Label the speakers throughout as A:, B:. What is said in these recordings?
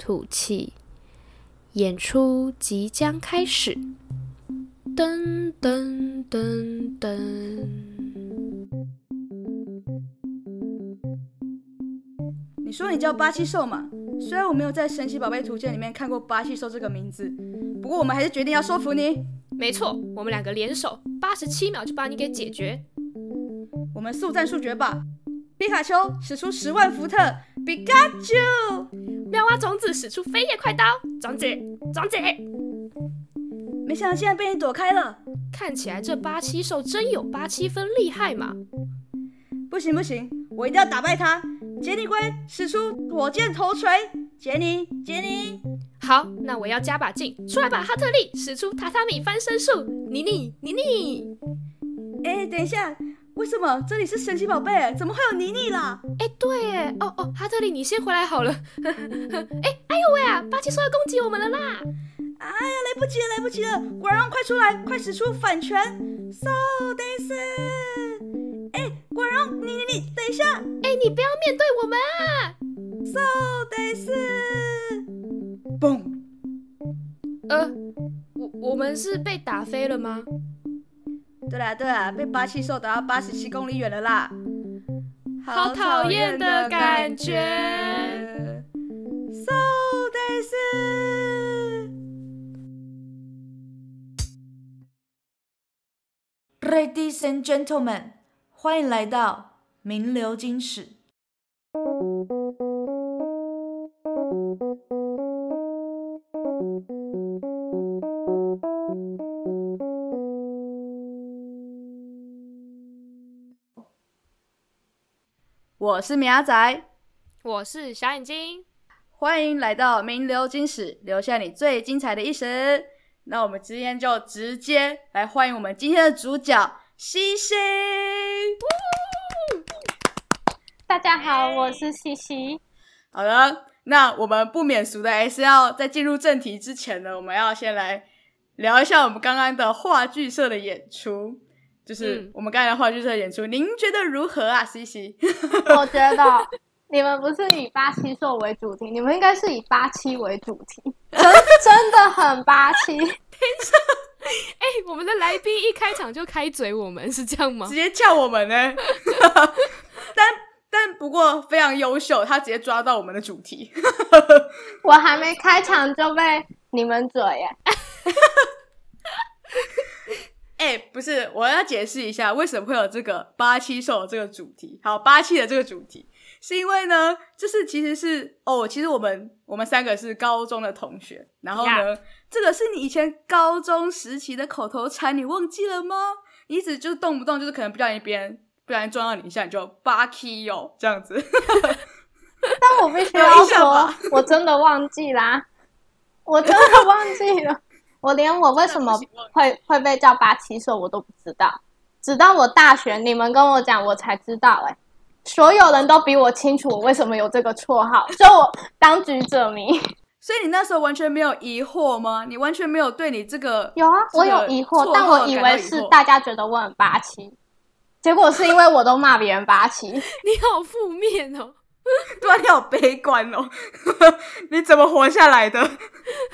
A: 吐气。演出即将开始。噔噔噔噔。
B: 你说你叫巴西兽嘛？虽然我没有在《神奇宝贝图鉴》里面看过巴西兽这个名字，不过我们还是决定要说服你。
C: 没错，我们两个联手，八十七秒就把你给解决。
B: 我们速战速决吧！皮卡丘使出十万伏特，皮卡丘！
C: 妙蛙种子使出飞叶快刀，种子，种子。
B: 没想到竟然被你躲开了！
C: 看起来这八七兽真有八七分厉害嘛！
B: 不行不行，我一定要打败它！杰尼龟使出火箭头锤，杰尼杰尼！
C: 好，那我要加把劲，出来吧，哈特利！使出榻榻米翻身术，妮妮，妮妮。
B: 哎，等一下，为什么这里是神奇宝贝？怎么会有妮妮啦？
C: 哎，对耶，哦哦，哈特利，你先回来好了。 哎，哎呦喂啊，八七兽要攻击我们了啦！
B: 哎呀，来不及了，来不及了！果然，快出来，快使出反拳！So this，哎，果然，你你你，等一下
C: 哎，你不要面对我们 啊！
B: ！So this，嘣！
C: 呃，我我们是被打飞了吗？
B: 对啦对啦，被八七兽打到八十七公里远了啦！
C: 好讨厌的感觉
B: So this。
D: Ladies and gentlemen，欢迎来到名流金史。
B: 我是苗仔，
C: 我是小眼睛，
B: 欢迎来到名流金史，留下你最精彩的一时。那我们今天就直接来欢迎我们今天的主角西西。
E: 大家好，我是西西。
B: 好了，那我们不免俗的还是要在进入正题之前呢，我们要先来聊一下我们刚刚的话剧社的演出，就是
C: 嗯
B: 我们刚才的话剧社的演出，您觉得如何啊，西西？
E: 我觉得你们不是以八七兽为主题，你们应该是以八七为主题，真真的很八 七。
C: 哎、我们的来宾一开场就开嘴，我们是这样吗
B: 直？接叫我们呢？但但不过非常优秀，他直接抓到我们的主题。
E: 我还没开场就被你们嘴耶，
B: 哎、不是，我要解释一下为什么会有这个八七兽这个主题。好，八七的这个主题是因为呢，就是其实是哦，其实我们我们三个是高中的同学，然后呢这个是你以前高中时期的口头禅，你忘记了吗？你一直就是动不动就是可能不小心别人不小心撞到你一下，你就八 k 哟这样子。
E: 但我必须
B: 有
E: 要
B: 印象
E: 说
B: 吧，
E: 我真的忘记啦，我真的忘记了，我连我为什么会会被叫八七兽我都不知道，直到我大学你们跟我讲，我才知道哎。所有人都比我清楚我为什么有这个绰号，所以我当局者迷。
B: 所以你那时候完全没有疑惑吗？你完全没有对你这个
E: 有啊，
B: 这
E: 我
B: 个
E: 有疑惑
B: 绰，
E: 但
B: 号
E: 我以
B: 感到
E: 为
B: 疑
E: 是
B: 惑
E: 大家觉得我很霸气，结果是因为我都骂别人霸气。
C: 你好负面哦！
B: 对啊，你好悲观哦， 你怎么活下来的？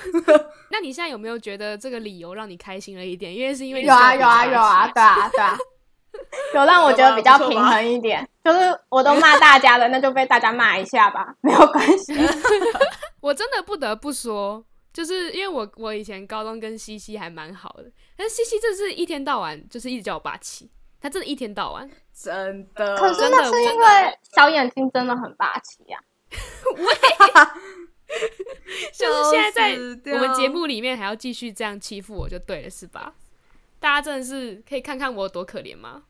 C: 那你现在有没有觉得这个理由让你开心了一点？因为是因为你
E: 有啊
C: 是
E: 有啊
C: 比较
E: 有啊，对啊对 啊，有让我觉得比较平衡一点。就是我都骂大家了，那就被大家骂一下吧，没有关系。
C: 我真的不得不说，就是因为我我以前高中跟西西还蛮好的，但是西西这是一天到晚就是一直叫我霸气，他真的一天到晚。
B: 真的，
E: 可是
C: 真的
E: 那是因为小眼睛真的很霸气呀、
C: 就是现在在
B: 笑死啊掉
C: 我们节目里面还要继续这样欺负我就对了，是吧？大家真的是可以 看看我有多可怜吗？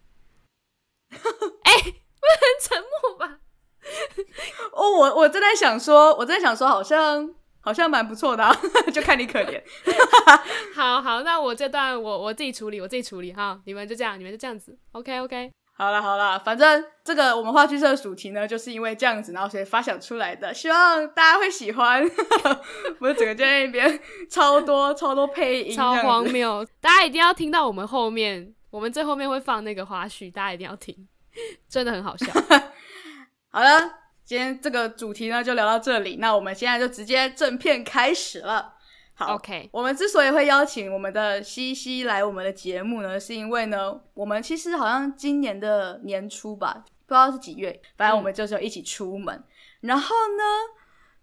C: 哎、不能沉默吧？
B: 哦，我我正在想说，我正在想说，好像好像蛮不错的、啊， 就看你可怜。
C: 好好，那我这段我我自己处理，我自己处理哈，你们就这样，你们就这样子，OK OK。
B: 好啦好啦，反正这个我们话剧社的主题呢，就是因为这样子，然后所以发想出来的，希望大家会喜欢。 我整个就在那边超多超多配音，
C: 超荒。谬！大家一定要听到我们后面，我们最后面会放那个花絮，大家一定要听，真的很好笑。
B: 好了，今天这个主题呢就聊到这里，那我们现在就直接正片开始了。 好
C: OK，
B: 我们之所以会邀请我们的西西来我们的节目呢，是因为呢，我们其实好像今年的年初吧，不知道是几月，反正我们就是有一起出门。然后呢，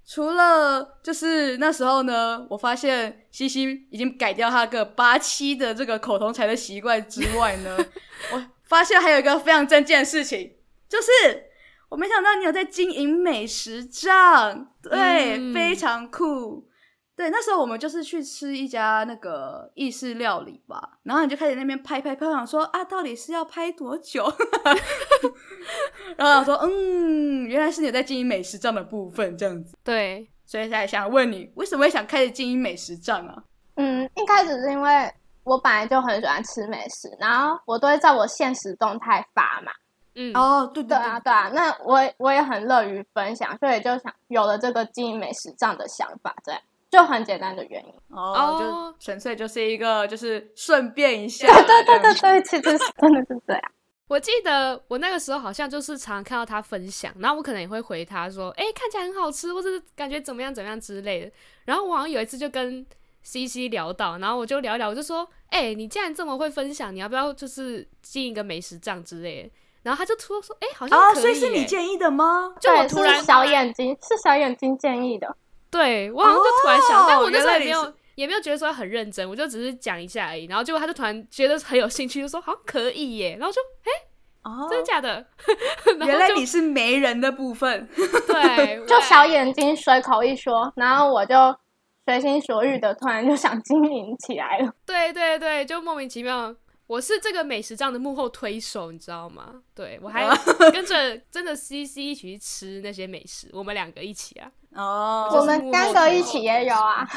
B: 除了就是那时候呢，我发现西西已经改掉她个八七的这个口头禅的习惯之外呢，我发现还有一个非常正经的事情，就是我没想到你有在经营美食账，对，
C: 嗯
B: 非常酷。对，那时候我们就是去吃一家那个意式料理吧，然后你就开始那边拍拍拍，我想说啊，到底是要拍多久？ 然后我说，嗯，原来是你有在经营美食账的部分这样子，
C: 对，
B: 所以才想问你，为什么会想开始经营美食账啊？
E: 嗯，一开始是因为我本来就很喜欢吃美食，然后我都会在我现实动态发嘛。
C: 嗯，
D: 哦，对
E: 对
D: 对
E: 啊，对啊，那我也我也很乐于分享，所以就想有了这个经营美食这样的想法，这样就很简单的原因。
B: 哦，
C: 哦
B: 就纯粹就是一个就是顺便一下，
E: 对对
B: 这样
E: 对
B: 子
E: 对，其实是真的是这样。
C: 我记得我那个时候好像就是常看到他分享，然后我可能也会回他说，哎、看起来很好吃，或者是感觉怎么样怎么样之类的。然后我好像有一次就跟西西聊到，然后我就聊一聊，我就说，哎、你既然这么会分享，你要不要就是进一个美食账之类的？然后他就突然说，哎、好像可以、
B: 哦，所以是你建议的吗？
C: 就我
E: 对，
C: 突然
E: 是小眼睛，是小眼睛建议的。
C: 对我好像就突然想，
B: 哦
C: 但我那时候
B: 原来你
C: 也没有也没有觉得说很认真，我就只是讲一下而已。然后结果他就突然觉得很有兴趣，就说好像可以耶，然后我就
B: 哦，
C: 真的假的？ 然
B: 原
C: 后
B: 来
C: 就
B: 你是媒人的部分，
C: 对，
E: 就
C: 我
E: 小眼睛随口一说，然后我就随心所欲的，突然就想经营起来了。
C: 对对对，就莫名其妙。我是这个美食账的幕后推手，你知道吗？对我
B: 哦
C: 还跟着真的 C C 一起去吃那些美食，我们两个一起啊。
B: 哦，
E: 我们三个一起也有啊，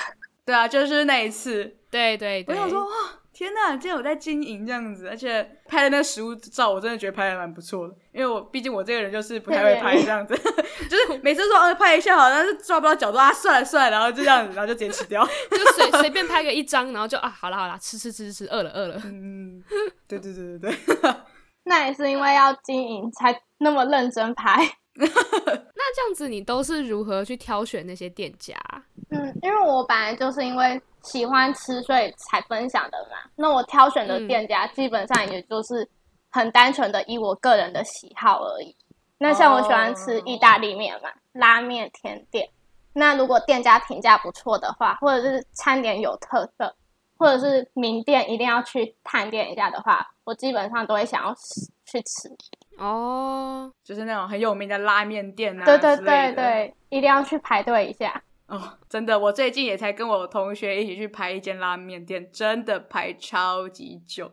B: 对啊，就是那一次，
C: 对对
B: 我
C: 对，
B: 想说哇，天呐，竟然有在经营这样子，而且拍的那食物照，我真的觉得拍的蛮不错的，因为我毕竟我这个人就是不太会拍这样子， 就是每次说呃拍一下好，但是抓不到角度啊，算了算了，然后就这样子，然 后就直接吃掉。
C: 就随随便拍个一张，然后就啊，好了好了，吃吃吃吃，饿了饿了。
B: 嗯，对对对对对，
E: 那也是因为要经营才那么认真拍。
C: 那这样子，你都是如何去挑选那些店家啊？
E: 嗯，因为我本来就是因为喜欢吃，所以才分享的嘛。那我挑选的店家基本上也就是很单纯的以我个人的喜好而已。那像我喜欢吃意大利面嘛，拉面、甜点。那如果店家评价不错的话，或者是餐点有特色，或者是名店一定要去探店一下的话，我基本上都会想要吃去吃。
C: 哦，
B: 就是那种很有名的拉面店啊，
E: 对对对。对，一定要去排队一下。
B: 哦，真的，我最近也才跟我同学一起去排一间拉面店，真的排超级久，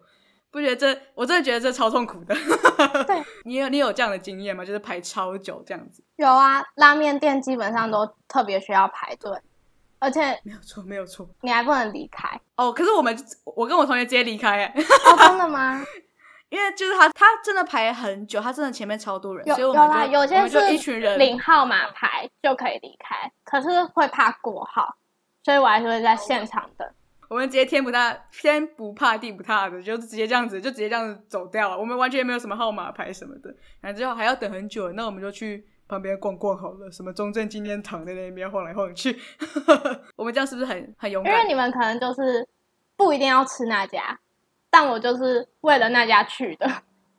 B: 不觉得这，我真的觉得这超痛苦的。
E: 对，
B: 你有你有这样的经验吗？就是排超久这样子，
E: 有啊，拉面店基本上都特别需要排队，而且
B: 没有错，没有错。
E: 你还不能离开。
B: 哦，可是我们，我跟我同学直接离开、 欸，
E: 哦，真 的吗？
B: 因为就是他，他真的排很久，他真的前面超多人，
E: 有
B: 所以我
E: 有
B: 们
E: 啦，
B: 就
E: 有
B: 我
E: 些
B: 们就一群
E: 是
B: 人
E: 领号码牌就可以离开，可是会怕过号，所以我还是会在现场等。
B: 我们直接天不怕天不怕地不怕的，就是直接这样子，就直接这样子走掉了。我们完全没有什么号码牌什么的，然后之后还要等很久，那我们就去旁边逛逛好了，什么中正纪念堂在那边晃来晃去。我们这样是不是很很勇
E: 因为
B: 敢？
E: 你们可能就是不一定要吃那家，但我就是为了那家去的，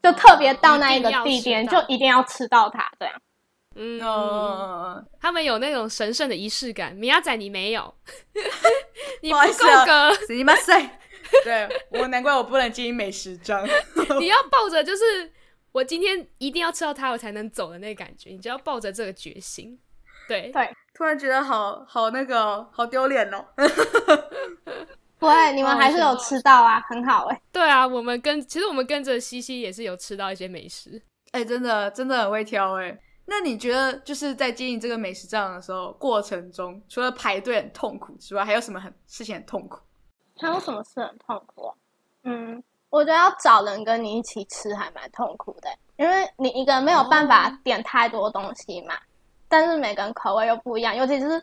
E: 就特别到那一个地点
C: 一定要吃
E: 就
C: 到
E: 一定要吃到它，这样。
C: 嗯，
B: 呃，
C: 他们有那种神圣的仪式感，米亚仔你没有， 你
B: 不
C: 不
B: 好意思
C: 够
B: 啊
C: 格。
B: 死你妈塞！对我难怪我不能经营美食章，
C: 你要抱着就是我今天一定要吃到它，我才能走的那个感觉，你就要抱着这个决心。对，
E: 对
B: 突然觉得好好那个哦好丢脸哦。
E: 不会，你们还是有吃到啊，很好哎、
C: 对啊，我们跟其实我们跟着西西也是有吃到一些美食，
B: 哎、真的真的很会挑哎、那你觉得就是在经营这个美食账的时候，过程中除了排队很痛苦之外，还有什么很事情很痛苦？
E: 还有什么事很痛苦啊、嗯，我觉得要找人跟你一起吃还蛮痛苦的，因为你一个人没有办法点太多东西嘛。但是每个人口味又不一样，尤其是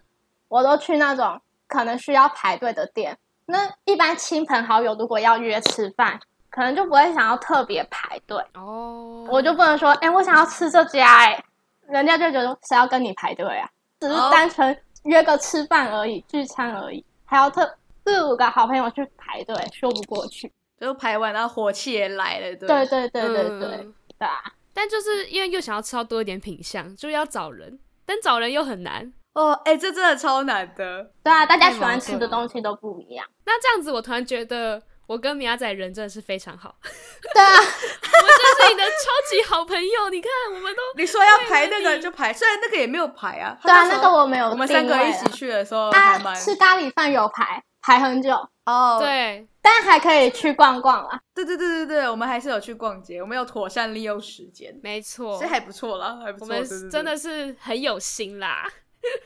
E: 我都去那种可能需要排队的店。那一般亲朋好友如果要约吃饭，可能就不会想要特别排队。
C: 哦，
E: 我就不能说，哎、我想要吃这家、哎，人家就觉得谁要跟你排队啊？只是
B: 哦
E: 单纯约个吃饭而已，聚餐而已，还要特四五个好朋友去排队，说不过去。
B: 就排完，然后火气也来了，对不
E: 对对对对对对、
C: 嗯
E: 对啊！
C: 但就是因为又想要吃到多一点品相，就要找人，但找人又很难。
B: 哦，哎、这真的超难的。
E: 对啊，大家喜
C: 太
E: 欢
C: 矛
E: 吃
C: 盾
E: 的
C: 了
E: 东西都不一样。
C: 那这样子，我突然觉得我跟米亚仔人真的是非常好，
E: 对啊，
C: 我就是你的超级好朋友。你看，我们都
B: 你说要排那个就排，虽然那个也没有排啊。
E: 对啊，
B: 他
E: 那
B: 时
E: 个
B: 候
E: 我没有
B: 我们
E: 定
B: 三个
E: 位
B: 一起
E: 了
B: 去的时候还
E: 啊，
B: 蛮
E: 吃咖喱饭有排排很久，
B: 哦，
C: 对，
E: 但还可以去逛逛啊啦。
B: 对对对对对，我们还是有去逛街，我们有妥善利用时间，
C: 没错
B: 这，还不错啦，还不错。
C: 哦我们
B: 对对
C: 真的
B: 对
C: 是很有心啦。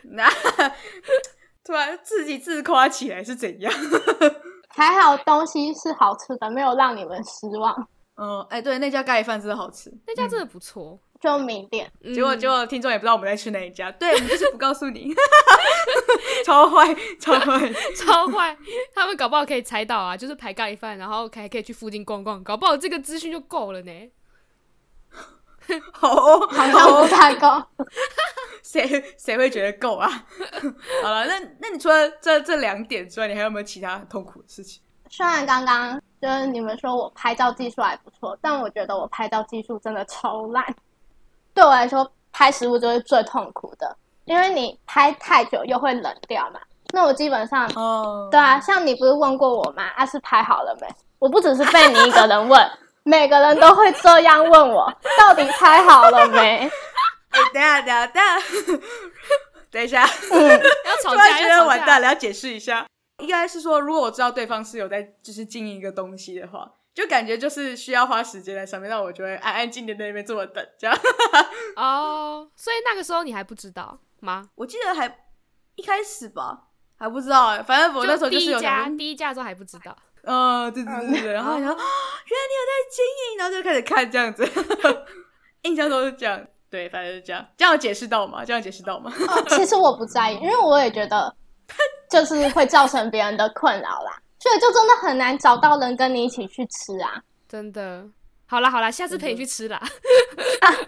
B: 那 突然自己自夸起来是怎样？
E: 还好东西是好吃的，没有让你们失望。
B: 嗯，哎、对，那家咖喱饭真的好吃，
C: 那家真的不错。
E: 就名店，
C: 嗯
B: 结果结果听众也不知道我们在吃哪一家， 对我们就是不告诉你， 超坏超坏。
C: 超快，他们搞不好可以猜到啊，就是排咖喱饭，然后还可以去附近逛逛，搞不好这个资讯就够 了呢。
B: 好哦，
E: 好像不太够。
B: 谁谁会觉得够啊？ 好了，那那你除了这这两点之外，你还有没有其他很痛苦的事情？
E: 虽然刚刚就是你们说我拍照技术还不错，但我觉得我拍照技术真的超烂。对我来说，拍食物就是最痛苦的，因为你拍太久又会冷掉嘛。那我基本上
B: 哦，
E: 对啊，像你不是问过我吗？啊，是拍好了没？我不只是被你一个人问，每个人都会这样问我，到底拍好了没？
B: 哎、等一下等一下等一下，等一下。
C: 要吵
B: 突
C: 架，
B: 然觉
C: 要
B: 得
C: 吵
B: 完
C: 架，
B: 蛋了，要解释一下。应该是说，如果我知道对方是有在就是经营一个东西的话，就感觉就是需要花时间在上面，那我就会安安静静在那边坐着等。这样，
C: 哦。所以那个时候你还不知道吗？
B: 我记得还一开始吧，还不知道哎、反正我那时候就
C: 第
B: 是
C: 一
B: 有
C: 家
B: 想说，
C: 第一家的时候还不知道，
B: 呃，对对对对，然后想说、啊原来你有在经营，然后就开始看这样子， 印象中是这样。对，反正是这样，这样有解释到吗？这样有解释到吗？
E: 其实我不在意，因为我也觉得就是会造成别人的困扰啦，所以就真的很难找到人跟你一起去吃啊。
C: 真的。好啦好啦，下次陪你去吃啦。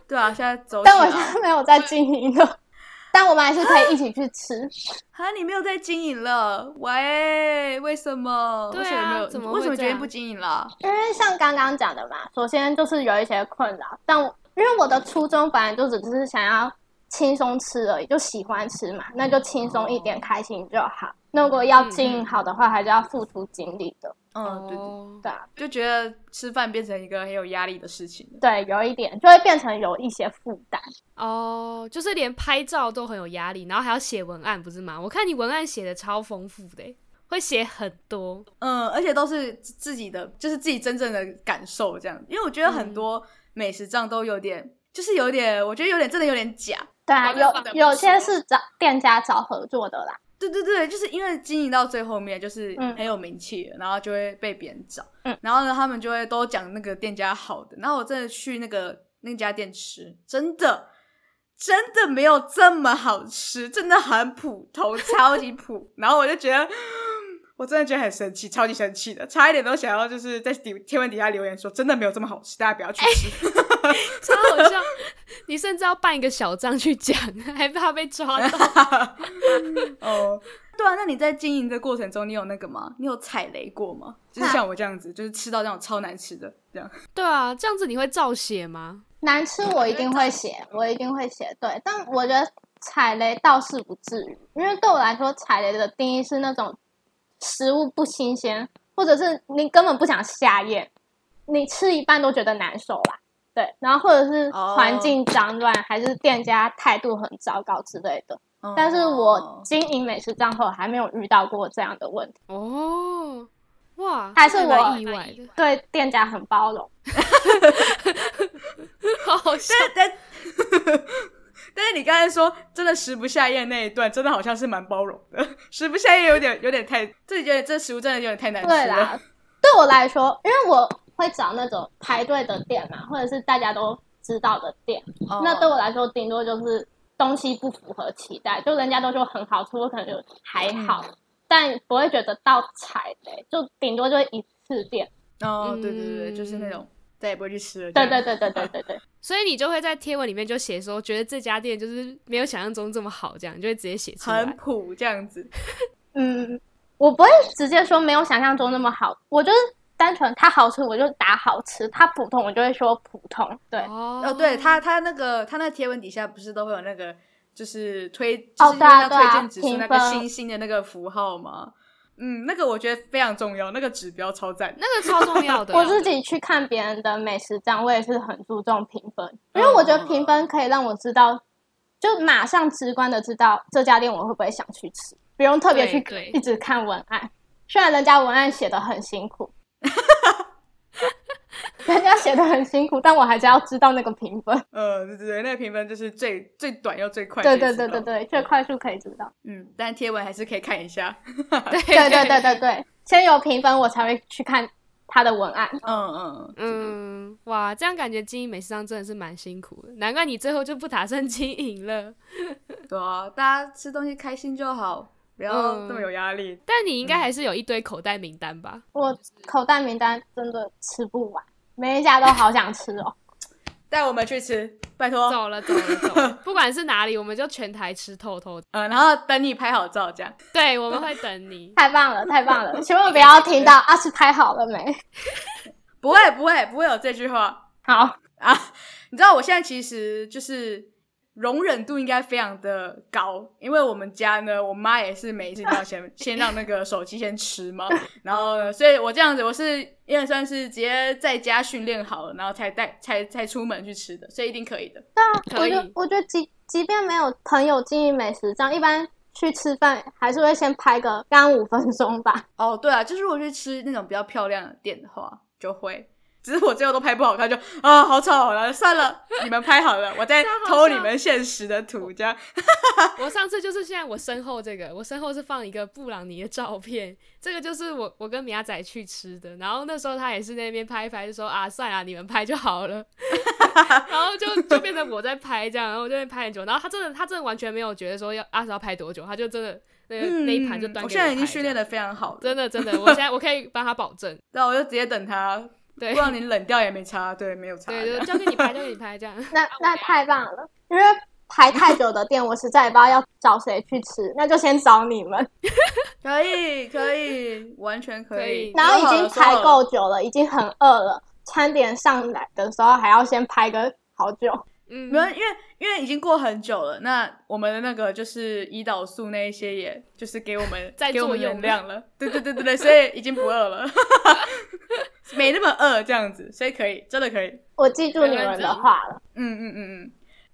B: 对啊，现在走起
E: 但我现
B: 来
E: 在没有在经营 了，但我们还是可以一起去吃。
B: 啊！你没有在经营了，喂，为什么？
C: 对啊
B: 为什么没有？
C: 怎么会
B: 为什么决
C: 这
B: 定
C: 样
B: 不经营了？
E: 因为像刚刚讲的嘛，首先就是有一些困扰，但我因为我的初衷本来就只是想要轻松吃而已，就喜欢吃嘛，那就轻松一点，开心就好。那如果要经营好的话，还是要付出精力的，
B: 嗯，对对
C: 哦
E: 对啊，
B: 就觉得吃饭变成一个很有压力的事情了。
E: 对，有一点就会变成有一些负担。
C: 哦，就是连拍照都很有压力，然后还要写文案，不是吗？我看你文案写的超丰富的欸，会写很多。
B: 嗯，而且都是自自己的，就是自己真正的感受这样。因为我觉得很多美食账都有点，就是有点，我觉得有点真的有点假。
E: 对啊，
B: 我
E: 有
B: 就放得不
E: 有些是找店家找合作的啦，
B: 对对对，就是因为经营到最后面，就是
E: 嗯
B: 很有名气了，然后就会被别人找。
E: 嗯
B: 然后呢，他们就会都讲那个店家好的。然后我真的去那个那家店吃，真的真的没有这么好吃，真的很普通，超级普。然后我就觉得，我真的觉得很生气，超级生气的，差一点都想要就是在底贴文底下留言说，真的没有这么好吃，大家不要
E: 哎
B: 去吃。
C: 超好 笑！你甚至要办一个小账去讲，还怕被抓到。
B: 哦，对啊，那你在经营的过程中，你有那个吗？你有踩雷过吗？就是像我这样子，就是吃到那种超难吃的这样。
C: 对啊，这样子你会照写吗？
E: 难吃我一定会写，我一定会写。对，但我觉得踩雷倒是不至于，因为对我来说，踩雷的定义是那种食物不新鲜，或者是你根本不想下咽，你吃一半都觉得难受啦。对，然后或者是
B: 哦
E: 环境脏乱还是店家态度很糟糕之类的。
B: 哦
E: 但是我经营美食账号还没有遇到过这样的问题，
C: 哦，哇，
E: 还是
C: 这蛮
E: 我
C: 意外的，
E: 对店家很包容。
C: 好好笑。
B: 但但是你刚才说真的食不下咽那一段，真的好像是蛮包容的。 食不下咽有点有点太，这有点这食物真的有点太难
E: 对
B: 吃
E: 啦
B: 了。，
E: 对我来说，因为我会找那种排队的店嘛，或者是大家都知道的店。
D: 哦
E: 那对我来说，顶多就是东西不符合期待，就人家都说很好吃，我可能就还
B: 嗯
E: 好，但不会觉得到踩雷，就顶多就一次店。
B: 哦，
C: 嗯
B: 对对对，就是那种再也不会去吃了。
E: 对
B: 这样
E: 对对对对 对对，
C: 所以你就会在贴文里面就写说，觉得这家店就是没有想象中这么好，这样你就会直接写出
B: 很
C: 来。
B: 普这样子。
E: 嗯，我不会直接说没有想象中那么好，我就是单纯它好吃我就打好吃，它普通我就会说普通。对，
C: 哦
B: 哦，对他他那个他那贴文底下不是都会有那个就是推就
E: 哦
B: 是
E: 对啊
B: 那
E: 对啊
B: 推荐指数那个
E: 评分
B: 星星的那个符号吗？嗯，那个我觉得非常重要，那个指标超赞。
C: 那个超重要的。啊
E: 我自己去看别人的美食站，我也是很注重评分，因为我觉得评分可以让我知道，就马上直观的知道这家店我会不会想去吃，不用特别去
C: 对对
E: 一直看文案。虽然人家文案写的很辛苦，人家写的很辛苦，但我还是要知道那个评分。
B: 呃，对对对，那个评分就是最最短又最快。
E: 对
B: 最
E: 对
B: 知道
E: 对对对，最快速可以知 道。
B: 嗯，但贴文还是可以看一下。
C: 对
E: 对对对对对，先有评分我才会去看他的文案。
B: 嗯嗯，
C: 嗯，哇，这样感觉经营美食上真的是蛮辛苦的，难怪你最后就不打算经营了。
B: 对啊，大家吃东西开心就好，不要
C: 嗯
B: 那么有压力。
C: 但你应该还是有一堆口袋名单吧？
E: 我口袋名单真的吃不完，每一家都好想吃哦。
B: 带我们去吃，拜托。
C: 走了走了走了，不管是哪里，我们就全台吃透透。
B: 嗯，然后等你拍好照这样。
C: 对，我们会等你。
E: 太棒了，太棒了！ 千万不要听到啊，是拍好了没？
B: 不会不会不会有这句话。
E: 好，
B: 啊，你知道我现在其实就是容忍度应该非常的高，因为我们家呢，我妈也是每一次都要先先让那个手机先吃嘛，然后呢，所以我这样子我是因为算是直接在家训练好了，然后才带才才出门去吃的，所以一定可以的。
E: 我
C: 可以
E: 就我觉得即即便没有朋友经营美食这样一般去吃饭还是会先拍个干五分钟吧。
B: 哦，对啊，就是如果去吃那种比较漂亮的店的话，就会。只是我最后都拍不好看，就啊、好丑，然后算了，你们拍好了，我 再
C: 好
B: 偷
C: 笑
B: 你们现实的图，这样
C: 我上次就是现在我身后这个，我身后是放一个布朗尼的照片， 这个就是我我跟米亚仔去吃的，然后那时候他也是那边拍一拍，就说啊算了，你们拍就好了， 然后就就变成我在拍这样，然后我就在拍很久，然后他真的他真的完全没有觉得说要啊是要拍多久，他就真的那个、那一盘就
B: 嗯
C: 端给
B: 我现在已经
C: 拍
B: 训练
C: 这样。
B: 的非常好了，
C: 真的真的，我现在我可以帮他保证，
B: 对啊，我就直接等他，
C: 对
B: 不让你冷掉也没差，对，没有差。
C: 对， 就交给你拍，交给你拍这样。
E: 那那太棒了，因为排太久的店，我实在也不知道要找谁去 吃，那就先找你们。
B: 可以可以， 完全可
C: 可以
B: 以。
E: 然后已经排
B: 说好
E: 够
B: 了，
E: 久了，已经很饿了，餐点上来的时候还要先拍个好久。
C: 嗯，
B: 没有，因为因为已经过很久了，那我们的那个就是胰岛素那一些，也就是给我们
C: 在
B: 给我们
C: 作用
B: 能 量了。对对对对对，所以已经不饿了， 没那么饿这样子，所以可以，真的可以。
E: 我记住你们的话了，
B: 嗯嗯嗯嗯，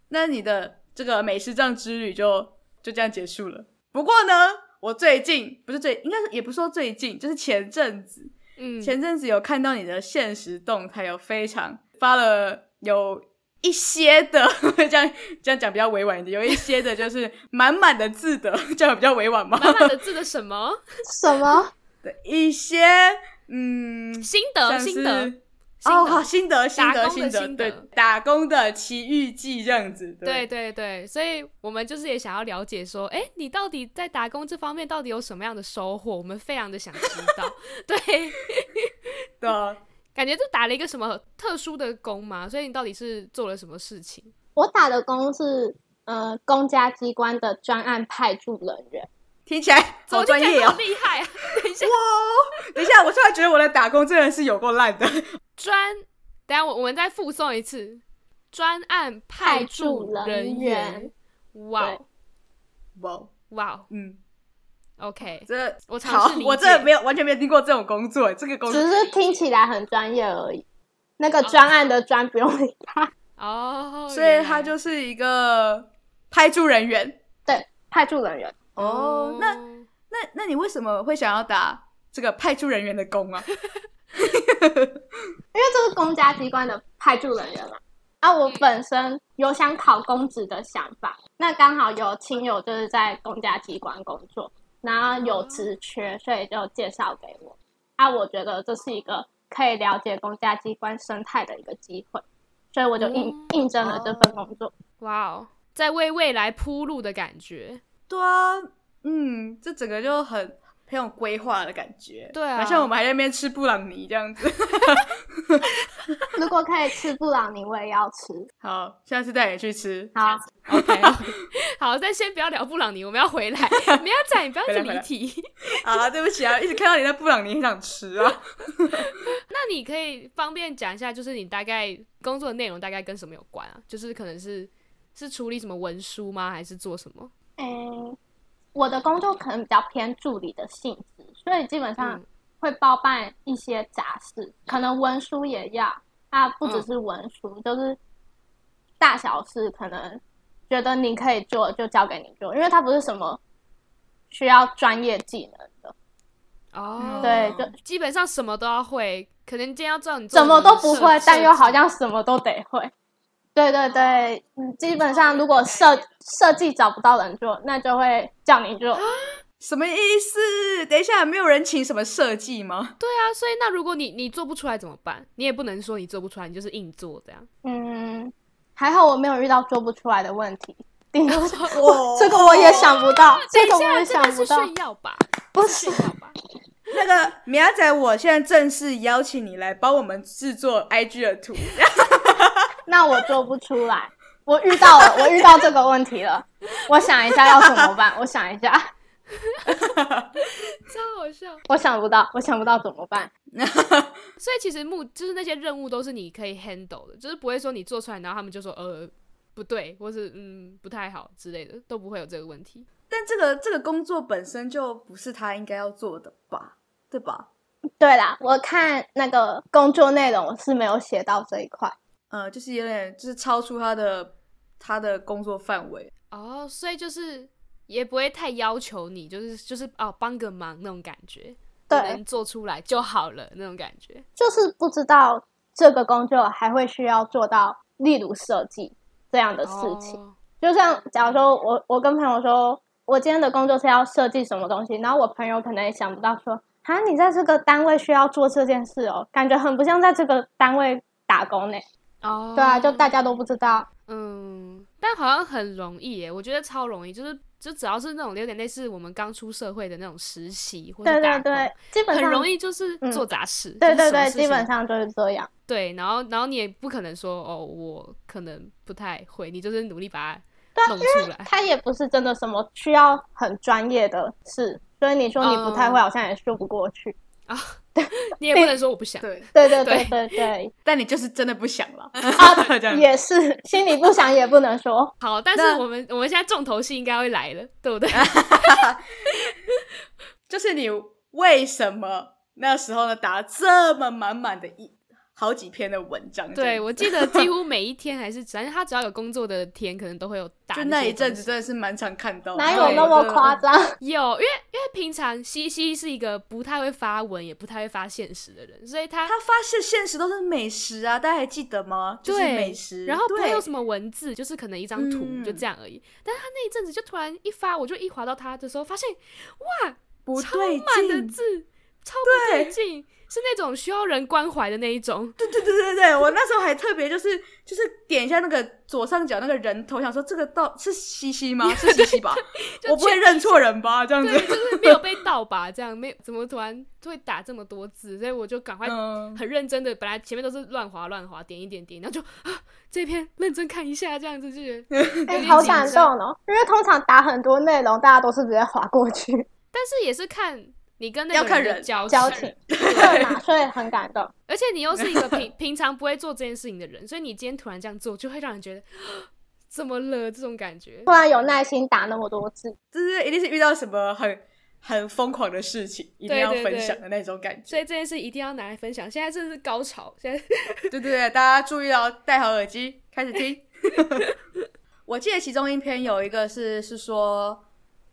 B: 那你的这个美食账之旅就就这样结束了。不过呢，我最近不是最，应该是也不是说最近，就是前阵子，
C: 嗯，
B: 前阵子有看到你的现实动态，有非常发了有一些的， 这样这样讲比较委婉一点，有一些的就是满满的字的， 这样比较委婉吗？
C: 满满的字的 什么
E: 什么？
B: 对，一些嗯，
C: 心
B: 像
C: 得
B: 是
C: 心得心
B: 哦，
C: 得
B: 好，心得心
C: 打
B: 得
C: 工的
B: 得，
C: 心得
B: 对，打工的奇遇记这样子，
C: 对对对，所以我们就是也想要了解说，哎，你到底在打工这方面到底有什么样的收获？我们非常的想知道。 对，
B: 对啊，
C: 感觉就打了一个什么特殊的工嘛，所以你到底是做了什么事情？
E: 我打的工是呃公家机关的专案派驻人员，
B: 听起来好
C: 怎么听
B: 专
C: 起来
B: 业
C: 这么
B: 哦。
C: 厉害啊！等一下，
B: 等一下，我突然觉得我的打工真的是有够烂的。
C: 专，等一下我我们再复诵一次，专案派
E: 派驻
C: 驻
E: 人
C: 人
E: 员
C: 员。哇
E: 对
B: 哇，
C: 哇
B: 嗯，
C: ，OK，
B: 这
C: 我尝
B: 好
C: 试，理
B: 我
C: 解
B: 这没有完全没有听过这种工作，这个工作
E: 只是听起来很专业而已。那个专案的专不用 理他，
C: 哦，
B: 所以
C: 原
B: 他
C: 来
B: 就是一个派驻人员。
E: 对，派驻人员。
B: 哦，那那那你为什么会想要打这个派驻人员的工啊？
E: 因为这是公家机关的派驻人员嘛，啊，我本身有想考公职的想法，那刚好有亲友就是在公家机关工作，然后有职缺，所以就介绍给我。啊，我觉得这是一个可以了解公家机关生态的一个机会，所以我就应应征了这份工作。
C: 哇哦，在为未来铺路的感觉。
B: 对啊，嗯，这整个就很很有规划的感觉。
C: 对啊
B: 哪像我们还在那边吃布朗尼这样子。
E: 如果可以吃布朗尼，我也要吃。
B: 好，下次带你去 吃。
E: 好，
C: OK，好，但先不要聊布朗尼，我们要回 来。苗仔，你不要一直离题。
B: 啊，对不起啊，一直看到你在布朗尼，很想吃 啊。
C: 那你可以方便讲一下，就是你大概工作的内容大概跟什么有关啊？就是可能是是处理什么文书吗？还是做什么？
E: 嗯，我的工作可能比较偏助理的性质，所以基本上
C: 嗯
E: 会包办一些杂事，可能文书也要啊，不只是文书，就是大小事，可能觉得你可以做就交给你做，因为它不是什么需要专业技能的，
C: 哦、
E: 对，就
C: 基本上什么都要会，可能今天要知道你做
E: 什么都不会
C: 设，
E: 但又好
C: 设计
E: 像什么都得会。对对对，嗯基本上如果设设计找不到人做，那就会叫你做。
B: 什么意思？等一下，没有人请什么设计吗？
C: 对啊。所以那如果你你做不出来怎么办？你也不能说你做不出来，你就是硬做这样。
E: 嗯，还好我没有遇到做不出来的问题，顶多 是
B: 哇
E: 这个我也想不到，这个我
C: 等
E: 也
C: 一下，这
E: 想
C: 个
E: 不
C: 是
E: 到，
C: 炫耀吧？
E: 不
C: 是
E: 是
C: 炫耀吧？
B: 那个苗仔，我现在正式邀请你来帮我们制作 IG 的图。
E: 那我做不出来。我遇 到了，我遇到这个问题了，我想一下要怎么办，我想一下，
C: 超好笑。
E: 我想不到，我想不到怎么办。
C: 所以其实目就是那些任务都是你可以 handle 的，就是不会说你做出来，然后他们就说呃不对，或是嗯不太好之类的，都不会有这个问题。
B: 但这个这个工作本身就不是他应该要做的吧？对吧？
E: 对啦，我看那个工作内容我是没有写到这一块，
B: 呃，就是有点就是超出他的他的工作范围。
C: 哦，所以就是也不会太要求你，就是就是哦帮个忙那种感觉，
E: 对
C: 你能做出来就好了那种感觉。
E: 就是不知道这个工作还会需要做到，例如设计这样的事情。
C: 哦
E: 就像假如说我我跟朋友说，我今天的工作是要设计什么东西，然后我朋友可能也想不到说，啊，你在这个单位需要做这件事哦，感觉很不像在这个单位打工呢。
C: 哦，
E: 对啊，就大家都不知道。
C: 嗯，但好像很容易耶，我觉得超容易，就是就只要是那种有点类似我们刚出社会的那种实习或者
E: 对对对，基本
C: 很
E: 上
C: 容。易就是
E: 嗯
C: 做杂事，
E: 对
C: 就是
E: 对
C: 什么
E: 对，
C: 事
E: 基本
C: 情
E: 上就是这样。
C: 对，然后然后你也不可能说哦，我可能不太会，你就是努力把
E: 对
C: 它
E: 啊
C: 弄出来。
E: 它也不是真的什么需要很专业的事，所以你说你不太会，
C: 嗯
E: 好像也说不过去。
C: 啊你也不能说我不想。
B: 对，
E: 对对对
C: 对
E: 对对，
B: 但你就是真的不想 了。
E: 啊，
B: 这样
E: 也是心里不想也不能说。
C: 好，但是
B: 那啊
C: 我们我们现在重头戏应该会来了，对不对？
B: 就是你为什么那时候呢打这么满满的一好几篇的文章？这样
C: 对，
B: 子
C: 我记得几乎每一天还是，反正他只要有工作的天，可能都会有打
B: 就
C: 些
B: 那一阵子
C: 东
B: 真的是蛮常看到的，
E: 哪有那么夸张？
C: 西。有，因为因为平常西西是一个不太会发文，也不太会发现实的人，所以他
B: 他发现现实都是美食啊，大家还记得吗？就是
C: 对
B: 美食，
C: 然后不会
B: 对
C: 有什么文字，就是可能一张图
B: 嗯
C: 就这样而已。但是他那一阵子就突然一发，我就一滑到他的时候，发现哇，
B: 不
C: 超
B: 对
C: 满的
B: 劲，
C: 字，超不对劲，是那种需要人关怀的那一种。
B: 对对对对对，我那时候还特别就是就是点一下那个左上角那个人头，想说这个到是西西吗？是西西吧？我不会认错人吧？这样
C: 对，就
B: 子，
C: 是没有被盗吧？这样没有怎么突然会打这么多字，所以我就赶快
B: 嗯，
C: 很认真的，本来前面都是乱划乱划，点一点点，然后就啊这篇认真看一下，这样子就觉得。
E: 哎、
C: 点
E: 好
C: 紧
E: 感动
C: 张
E: 哦！因为通常打很多内容，大家都是直接划过去
C: 但是也是看你跟那
B: 要
C: 个
B: 看
C: 人的
B: 人
C: 交
E: 交
C: 情
E: 情，对嘛？所以很感动。
C: 而且你又是一个平平常不会做这件事情的人，所以你今天突然这样做，就会让人觉得怎么了这种感觉
E: 突。然有耐心打那么多字，
B: 就是一定是遇到什么很很疯狂的事情，一定要
C: 对对对
B: 分享的那种感
C: 所以
B: 觉。
C: 这件事一定要拿来分享。现在真的是高潮，现在
B: 对对对，大家注意哦，戴好耳机开始 听。我记得其中一篇有一个是是说，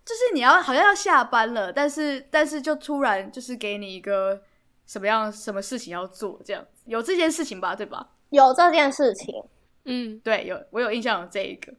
B: 就是你要好像要下班了，但是但是就突然就是给你一个什么样什么事情要做，这样有这件事情吧，对吧？
E: 有这件事情，
C: 嗯，
B: 对，有我有印象有这一个，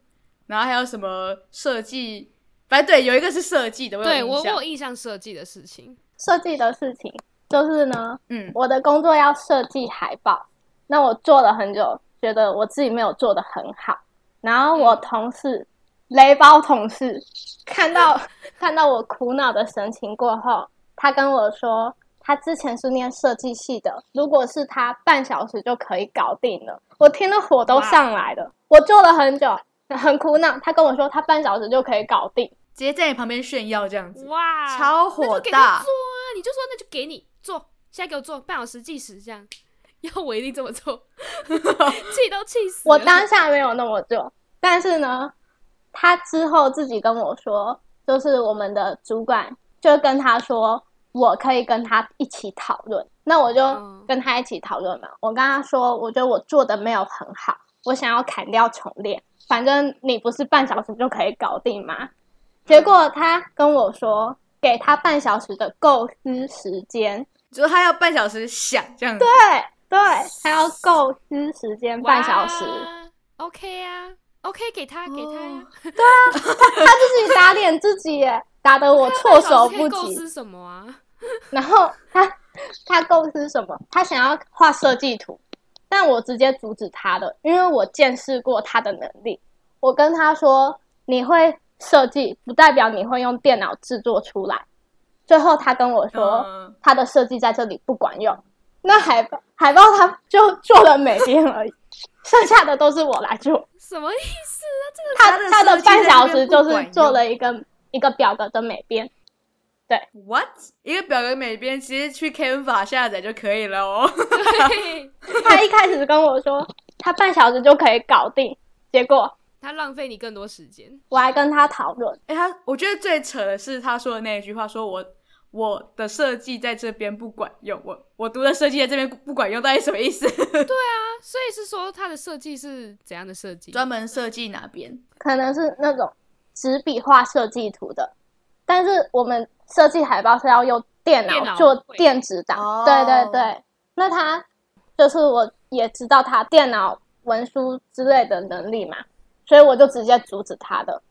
B: 然后还有什么设计，反正对，有一个是设计的，我有
C: 对
B: 印
C: 我我
B: 象
C: 有印象设计的事情，
E: 设计的事情就是呢，
B: 嗯，
E: 我的工作要设计海报，那我做了很久，觉得我自己没有做的很好。然后我同事、雷包同事看到看到我苦恼的神情过后，他跟我说，他之前是念设计系的，如果是他半小时就可以搞定了。我听得火都上来了，我做了很久，很苦恼。他跟我说他半小时就可以搞定，
B: 直接在你旁边炫耀这样子，
C: 哇，
B: 超
C: 那
B: 火
C: 就给他
B: 大
C: 做，啊，你就说那就给你做，现在给我做半小时计时这样， 要我一定这么做， 气都气死了。
E: 我当下没有那么做，但是呢，他之后自己跟我说，就是我们的主管就跟他说，我可以跟他一起讨论。那我就
C: 嗯
E: 跟他一起讨论嘛。我跟他说，我觉得我做的没有很好，我想要砍掉重练。反正你不是半小时就可以搞定吗？
C: 嗯
E: 结果他跟我说，给他半小时的构思时间。
B: 就是他要半小时想这样子，
E: 对对，他要构思时间半小时。哦
C: 哇，OK 啊，OK 给他给他呀，
E: 他自己打脸自己耶，打得我措手不
C: 半小时可以构
E: 及。
C: 思什么啊？
E: 然后他他构思什么？他想要画设计图，但我直接阻止他了，因为我见识过他的能力。我跟他说：“你会设计，不代表你会用电脑制作出来。”最后他跟我
C: 啊
E: 说：“
B: 嗯，
E: 他的设计在这里不管用。”那海报海报他就做了美编而已，剩下的都是我来做。
C: 什么意思啊？这个
E: 他
B: 他
E: 他
B: 的
E: 的半小
B: 设计在那边
E: 时
B: 不
E: 就
B: 管
E: 是
B: 用
E: 做了一个一个表格的美编，
B: What？一个表格美编直接去 Canva 下载就可以了哦。
C: 对
E: 他一开始跟我说他半小时就可以搞定，结果
C: 他浪费你更多时间，
E: 我还跟他讨论，
B: 哎、他我觉得最扯的是他说的那一句话，说我我的设计在这边不管用，我我读的设计在这边不管用，到底什么意思？
C: 啊所以是说他的设计是怎样的设计？
B: 专门设计哪边？
E: 可能是那种纸笔画设计图的，但是我们设计海报是要用电
C: 电脑
E: 脑做电子档，
B: 哦
E: 对对对。那他就是我也知道他电脑文书之类的能力嘛，所以我就直接阻止他的。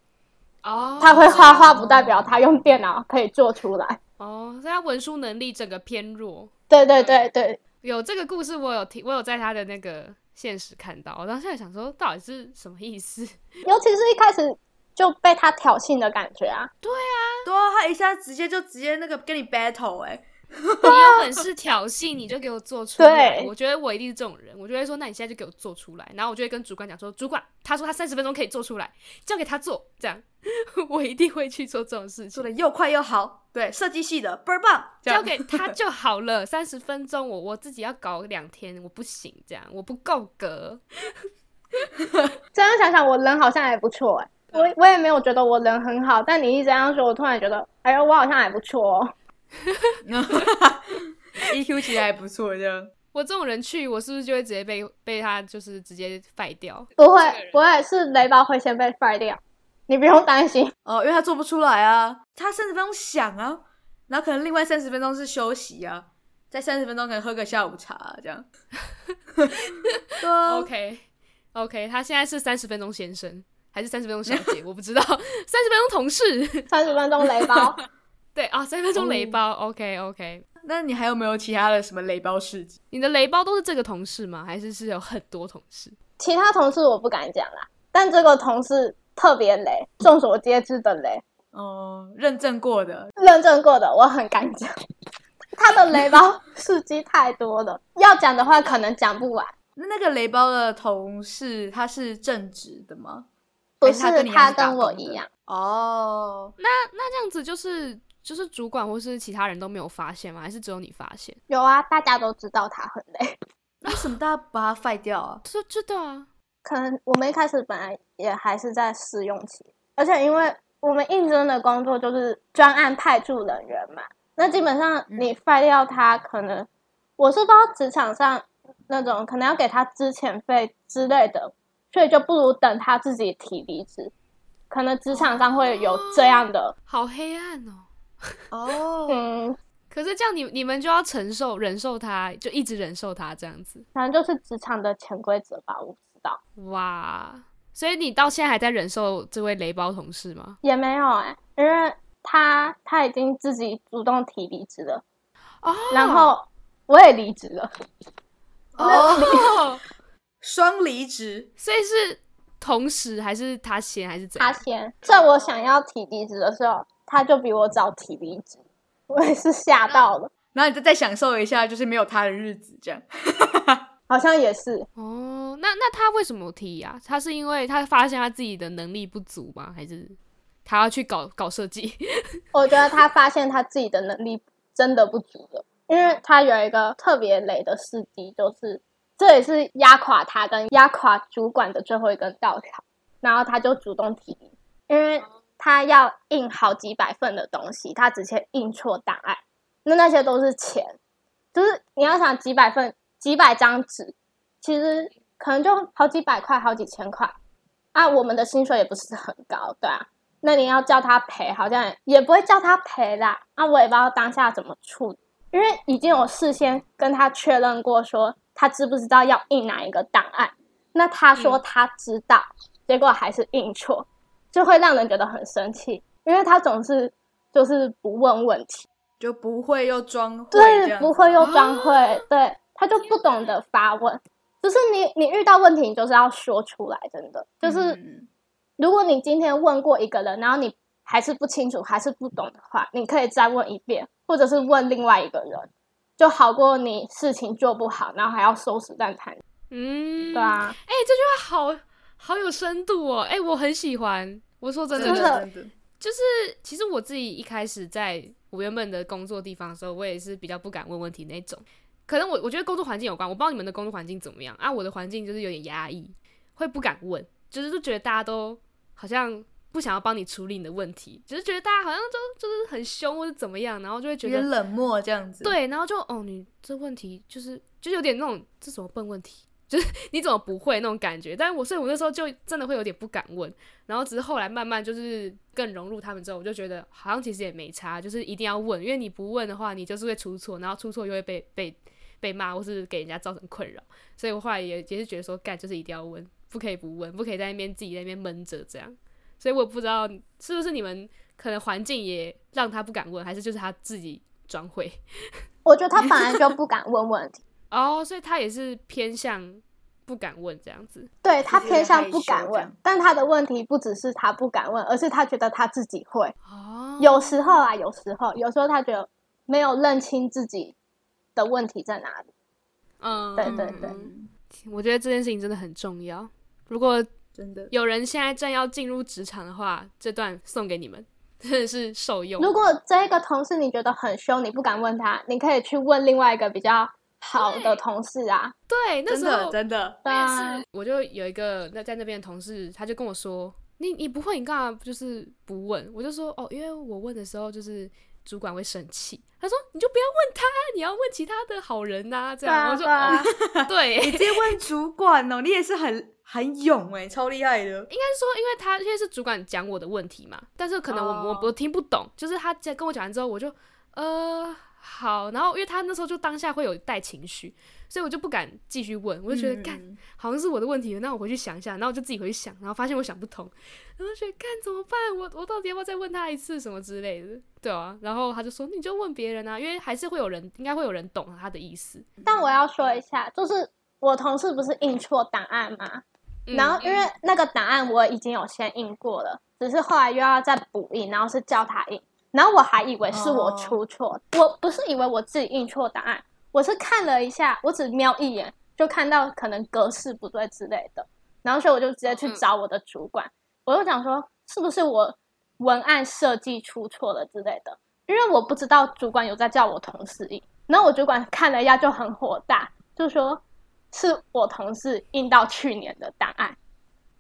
C: 哦，
E: 他会画画不代表他用电脑可以做出来。
C: 哦，所以他文书能力整个偏弱。
E: 对对对对，
C: 有这个故事，我有听，我有在他的那个现实看到。我当时在想说，到底是什么意思？
E: 尤其是一开始就被他挑衅的感觉啊，
B: 对啊，他一下直接就直接那个跟你 battle 哎、
C: 你有本事挑衅，你就给我做出来。
E: 对
C: 我觉得我一定是这种人，我就会说，那你现在就给我做出来。然后我就会跟主管讲说，主管他说他三十分钟可以做出来，交给他做，这样 我一定会去做这种事
B: 做
C: 情。
B: 的又快又好，对，设计系的倍儿棒，这
C: 交
B: 样
C: 给他就好了， 三十分钟我我自己要搞两天，我不行，这样我不够格。
E: 这样想想，我人好像还不错哎、
B: 啊
E: 我我也没有觉得我人很好，但你一直这样说，我突然觉得，哎呦，我好像还不错 哦。
B: EQ E 其实还不错，这样。
C: 我这种人去，我是不是就会直接被被他就是直接废掉？
E: 不会，不会是雷包会先被甩掉，你不用担 心。
B: 哦，因为他做不出来啊，他三十分钟想啊，然后可能另外三十分钟是休息啊，在三十分钟可能喝个下午茶、啊、这样。 对啊
C: OK OK，他现在是三十分钟先生还是三十分钟小姐？ 我不知道，三十分钟同事
E: 三十分钟雷包，
C: 对啊，三、0分钟雷包。OK OK，
B: 那你还有没有其他的什么雷包事迹？
C: 你的雷包都是这个同事吗？还是是有很多同事？
E: 其他同事我不敢讲啦，但这个同事特别雷，众所皆知的雷，
B: 哦，认证过的，
E: 认证过的，我很敢 讲。他的雷包事迹太多了，要讲的话可能讲不完。
B: 那那个雷包的同事他是正职的吗？
E: 不
B: 还是他跟你一样
E: 他
B: 是打
E: 跟我
B: 工的
E: 一样，
B: 哦，
C: 那这样子就是就是主管或是其他人都没有发现吗？还是只有你发现？
E: 有啊，大家都知道他很累。
B: 那为什么大家把他废掉啊？
C: 就知道啊，
E: 可能我们一开始本来也还是在试用期，而且因为我们应征的工作就是专案派驻人员嘛，那基本上你废掉他，可能我是不知道职场上那种可能要给他资遣费之类的，所以就不如等他自己提离职。可能职场上会有这样的，
C: 好黑暗哦。
B: 哦，
E: 嗯，
C: 可是这样你你们就要承受忍受他，就一直忍受他这样子。
E: 反正就是职场的潜规则吧，我不知知道，
C: 哇！所以你到现在还在忍受这位雷包同事 吗？
E: 也没有哎、因为他他已经自己主动提离职了，
C: 哦，
E: 然后我也离职了，
C: 哦，
B: 双离职，
C: 所以是同时还是他先还是怎
E: 他
C: 样？
E: 先在我想要提离职的时候，他就比我早提离职，我也是吓到了，
B: 然后你再再享受一下，就是没有他的日子，这样。
E: 好像也是，
C: 哦，那那他为什么提呀、他是因为他发现他自己的能力不足吗？还是他要去搞搞设计？
E: 我觉得他发现他自己的能力真的不足了，因为他有一个特别雷的事迹，就是这也是压垮他跟压垮主管的最后一根稻草。然后他就主动提离，因为他要印好几百份的东西，他直接印错档案，那那些都是钱，就是你要想几百份、几百张纸，其实可能就好几百块、好几千块啊。我们的薪水也不是很高，对啊，那你要叫他赔，好像也不会叫他赔啦。啊，我也不知道当下怎么处理，因为已经有事先跟他确认过说他知不知道要印哪一个档案。那他
B: 嗯
E: 说他知道，结果还是印错，就会让人觉得很生气，因为他总是就是不问问题，
B: 就不会又装会这
E: 对，
B: 样啊
E: 不会又装会，对他就不懂得发问。就是你，你遇到问题，你就是要说出来，真的就是。
B: 嗯
E: 如果你今天问过一个人，然后你还是不清楚，还是不懂的话，你可以再问一遍，或者是问另外一个人，就好过你事情做不好，然后还要收拾烂摊子。
C: 嗯，
E: 对，啊，
C: 哎、这句话好好有深度哦，哎、我很喜欢。我说真的，
B: 真
C: 就
E: 真
C: 是
E: 的
B: 的真的，
C: 就是其实我自己一开始在我原本的工作地方的时候，我也是比较不敢问问题那种。可能我我觉得工作环境有关，我不知道你们的工作环境怎么样啊。我的环境就是有点压抑，会不敢问，就是就觉得大家都好像不想要帮你处理你的问题，只、是觉得大家好像就就是很凶或者怎么样，然后就会觉
B: 有
C: 得
B: 点冷漠这样子。，
C: 对，然后就哦，你这问题就是就是有点那种这什么笨问题， 就是你怎么不会那种感觉。但是我所以，我那时候就真的会有点不敢问。然后只是后来慢慢就是更融入他们之后，我就觉得好像其实也没差，就是一定要问，因为你不问的话，你就是会出错，然后出错又会被被被骂，或是给人家造成困扰。所以我后来也也是觉得说，干就是一定要问，不可以不问，不可以在那边自己在那边闷着这样。所以我不知道是不是你们可能环境也让他不敢问，还是就是他自己装会。
E: 我觉得他本来就不敢问问题，
C: 哦，所以他也是偏向不敢问这样子。
E: 对他
B: 就是
E: 偏向
B: 害
E: 不
B: 羞
E: 敢
B: 这样
E: 问，但他的问题不只是他不敢问，而是他觉得他自己会。
C: 哦
E: 有时候啊，有时候，有时候他觉得没有认清自己的问题在哪里。
C: 嗯，
E: 对对对
C: 嗯，我觉得这件事情真的很重要。如果
B: 真的
C: 有人现在正要进入职场的话，这段送给你们，真的是受用。
E: 如果这个同事你觉得很凶，你不敢问他，你可以去问另外一个比较好的同事啊。
C: 对那
B: 真
C: 时
B: 的
C: 候
B: 真 的，
E: 对啊，
C: 我就有一个那在那边的同事，他就跟我说：“你你不会，你干嘛就是不问？”我就说：“哦，因为我问的时候就是主管会生气。”他说：“你就不要问他，你要问其他的好人呐、这
E: 对
C: 样，
E: 啊，
C: 我就
E: 对
C: 说：“
E: 啊
C: 哦，， 对。”
B: 你直接问主管哦，你也是很很勇哎，超厉害的。
C: 应该是说，因为他因为是主管讲我的问题嘛，但是可能我、
B: 哦
C: 我我听不懂，就是他在跟我讲完之后，我就呃好，然后因为他那时候就当下会有带情绪，所以我就不敢继续问，我就觉得
B: 嗯
C: 干、好像是我的问题，那我回去想一下，然后我就自己回去想，然后发现我想不通，然后就觉得干怎么办？我我到底要不要再问他一次什么之类的？对啊，然后他就说你就问别人啊，因为还是会有人应该会有人懂他的意思。
E: 但我要说一下，就是我同事不是印错档案吗？
C: 嗯
E: 然后因为那个档案我已经有先印过了，只是后来又要再补印，然后是叫他印，然后我还以为是我
C: 哦
E: 出错，我不是以为我自己印错档案，我是看了一下，我只瞄一眼就看到可能格式不对之类的，然后所以我就直接
C: 嗯
E: 去找我的主管，我就想说是不是我文案设计出错了之类的，因为我不知道主管有在叫我同事印，然后我主管看了一下就很火大，就说是我同事印到去年的档案，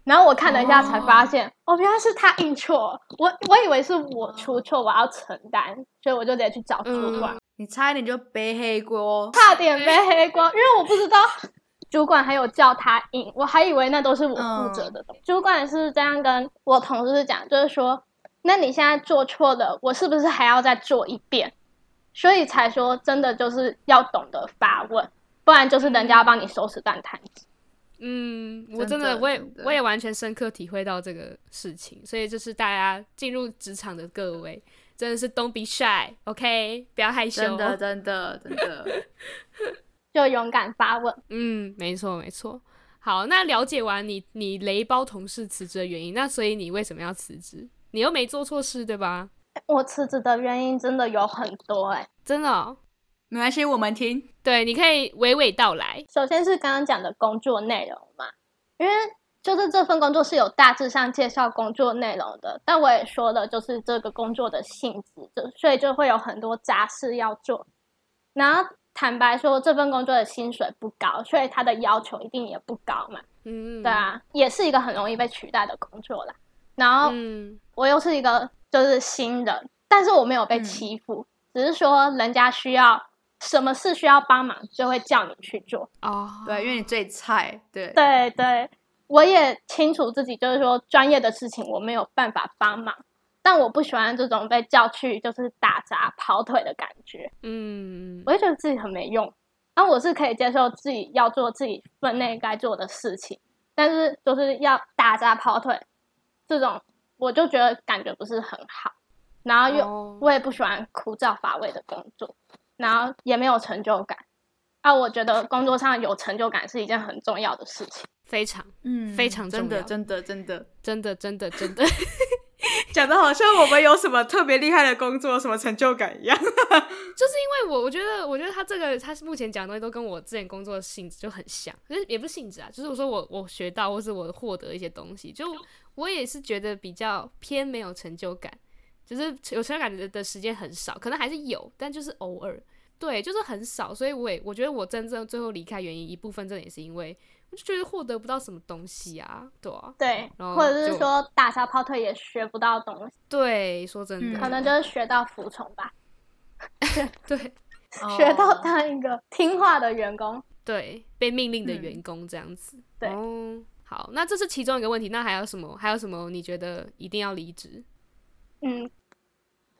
E: 然后我看了一下才发现，哦，原来是他印错了，我我以为是我出错，我要承担，所以我就得去找主管，
B: 你差一点就背黑锅，哦
E: 差点被黑锅，因为我不知道。主管还有叫他印，我还以为那都是我负责的东西。主管是这样跟我同事讲，就是说，那你现在做错了，我是不是还要再做一遍？所以才说，真的就是要懂得发问，不然就是人家要帮你收拾烂摊子。
C: 嗯，我
F: 真
C: 真
F: 的
C: 的，我也
F: 真的
C: 我也完全深刻体会到这个事情，所以就是大家进入职场的各位，真的是 don't be shy，OK，、不要害羞，
F: 真
C: 哦
F: 的，真的，真的，
E: 就勇敢发问。
C: 嗯，没错没错。好，那了解完你你雷包同事辞职的原因，那所以你为什么要辞职？你又没做错事，对吧？
E: 我辞职的原因真的有很多哎、
C: 真的哦、
B: 没关系，我们听。
C: 对，你可以娓娓道来。
E: 首先是刚刚讲的工作内容嘛，因为就是这份工作是有大致上介绍工作内容的，但我也说了，就是这个工作的性质，就所以就会有很多杂事要做。然后坦白说，这份工作的薪水不高，所以他的要求一定也不高嘛。
C: 嗯，
E: 对，啊，也是一个很容易被取代的工作啦。然后
C: 嗯
E: 我又是一个就是新人，但是我没有被欺负，
C: 嗯
E: 只是说人家需要什么事需要帮忙，就会叫你去做。
C: 哦，
F: 对，因为你最菜，对，
E: 对对，我也清楚自己就是说专业的事情我没有办法帮忙，但我不喜欢这种被叫去就是打杂跑腿的感觉，
C: 嗯，
E: 我就觉得自己很没用。然后我是可以接受自己要做自己分内该做的事情，但是就是要打杂跑腿这种，我就觉得感觉不是很好。然后又、
C: 哦
E: 我也不喜欢枯燥乏味的工作，然后也没有成就感。啊，我觉得工作上有成就感是一件很重要的事情。
C: 非常
F: 嗯
C: 非常重
F: 真的，
C: 要
F: 真的，真的，
C: 真的真的真的
B: 讲的好像我们有什么特别厉害的工作、什么成就感一样。
C: 就是因为我我觉得，我觉得他这个他是目前讲的东西都跟我之前工作的性质就很像，就是也不是性质啊，就是我说我我学到或是我获得一些东西，就我也是觉得比较偏没有成就感，就是有成就感的的时间很少，可能还是有，但就是偶尔，对，就是很少，所以我也我觉得我真正最后离开原因一部分，真的也是因为我就觉得获得不到什么东西啊，对啊，
E: 对，
C: 然后
E: 或者是
C: 就
E: 说打小跑腿也学不到东西，
C: 对，说真的，
F: 嗯
E: 可能就是学到服从吧，
C: 对
F: 哦
E: 学到当一个听话的员工。
C: 对被命令的员工这样子。
E: 嗯对
C: 哦，好，那这是其中一个问题。那还有什么？还有什么？你觉得一定要离职？
E: 嗯，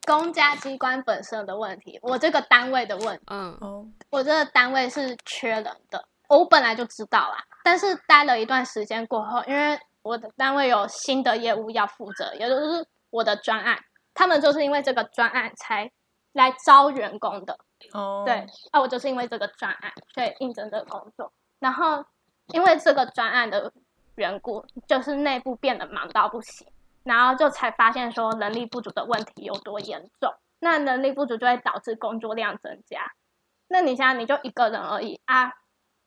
E: 公家机关本身的问题，我这个单位的问题，
C: 嗯
F: 哦，
E: 我这个单位是缺人的，我本来就知道啦，但是待了一段时间过后，因为我的单位有新的业务要负责，也就是我的专案，他们就是因为这个专案才来招员工的。
F: 哦，
E: 对，，啊，我就是因为这个专案，所以应征这个工作。然后因为这个专案的缘故，就是内部变得忙到不行，然后就才发现说人力不足的问题有多严重。那人力不足就会导致工作量增加。那你想想，你就一个人而已啊，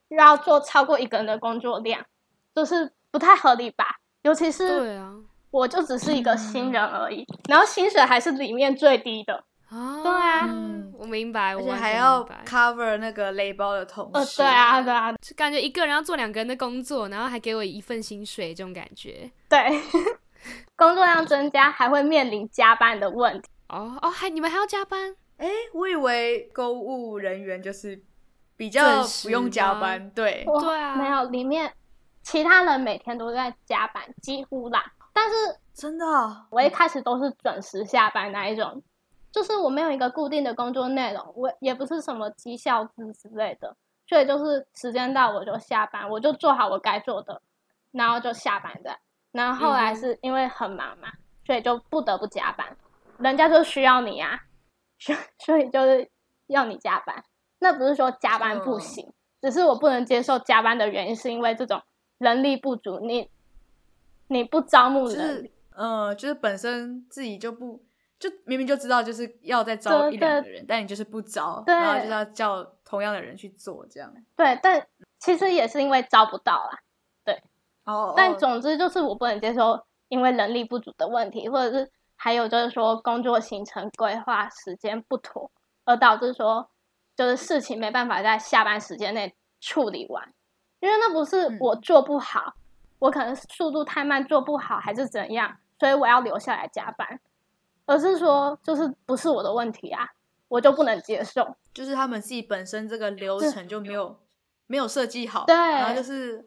E: 要做超过一个人的工作量，就是不太合理吧？尤其是
C: 对啊，
E: 我就只是一个新人而已，然后薪水还是里面最低的。
C: 啊，
E: 对啊
F: 嗯
C: 我明白，
F: 而
C: 我
F: 且
C: 完
F: 还
C: 全
F: 要
C: 明白
F: cover 那个雷包的同
E: 呃，
F: 事，
E: 对啊，对啊，
C: 就感觉一个人要做两个人的工作，然后还给我一份薪水，这种感觉。
E: 对， 工作量增加还会面临加班的问题。
C: 哦哦，还你们还要加班？
F: 哎，我以为公务人员就是比较
C: 准时
F: 不用加
C: 吗
F: 班，对，
E: 我
C: 对啊
E: 没有里面其他人每天都在加班，几乎啦。但是
F: 真的哦
E: 我一开始都是准时下班那一种，就是我没有一个固定的工作内容，我也不是什么绩效制之类的，所以就是时间到我就下班，我就做好我该做的，然后就下班的。然后后
F: 嗯
E: 来是因为很忙嘛，所以就不得不加班，人家就需要你啊，所以 所以就是要你加班。那不是说加班
F: 哦
E: 不行，只是我不能接受加班的原因是因为这种人力不足，你你不招募
F: 就
E: 人
F: 是呃，就是本身自己就不就明明就知道就是要再招
E: 对
F: 一两
E: 对
F: 个人，但你就是不招，
E: 对
F: 然后就是要叫同样的人去做这样。
E: 对，但其实也是因为招不到啦。
F: 哦，
E: 但
F: 哦
E: 总之就是我不能接受，因为人力不足的问题，或者是还有就是说工作行程规划时间不妥，而导致说就是事情没办法在下班时间内处理完，因为那不是
F: 嗯
E: 我做不好，我可能速度太慢做不好还是怎样，所以我要留下来加班，而是说就是不是我的问题啊，我就不能接受。
F: 就是他们自己本身这个流
E: 对
F: 程就没有没有设计好，
E: 对
F: 然后就是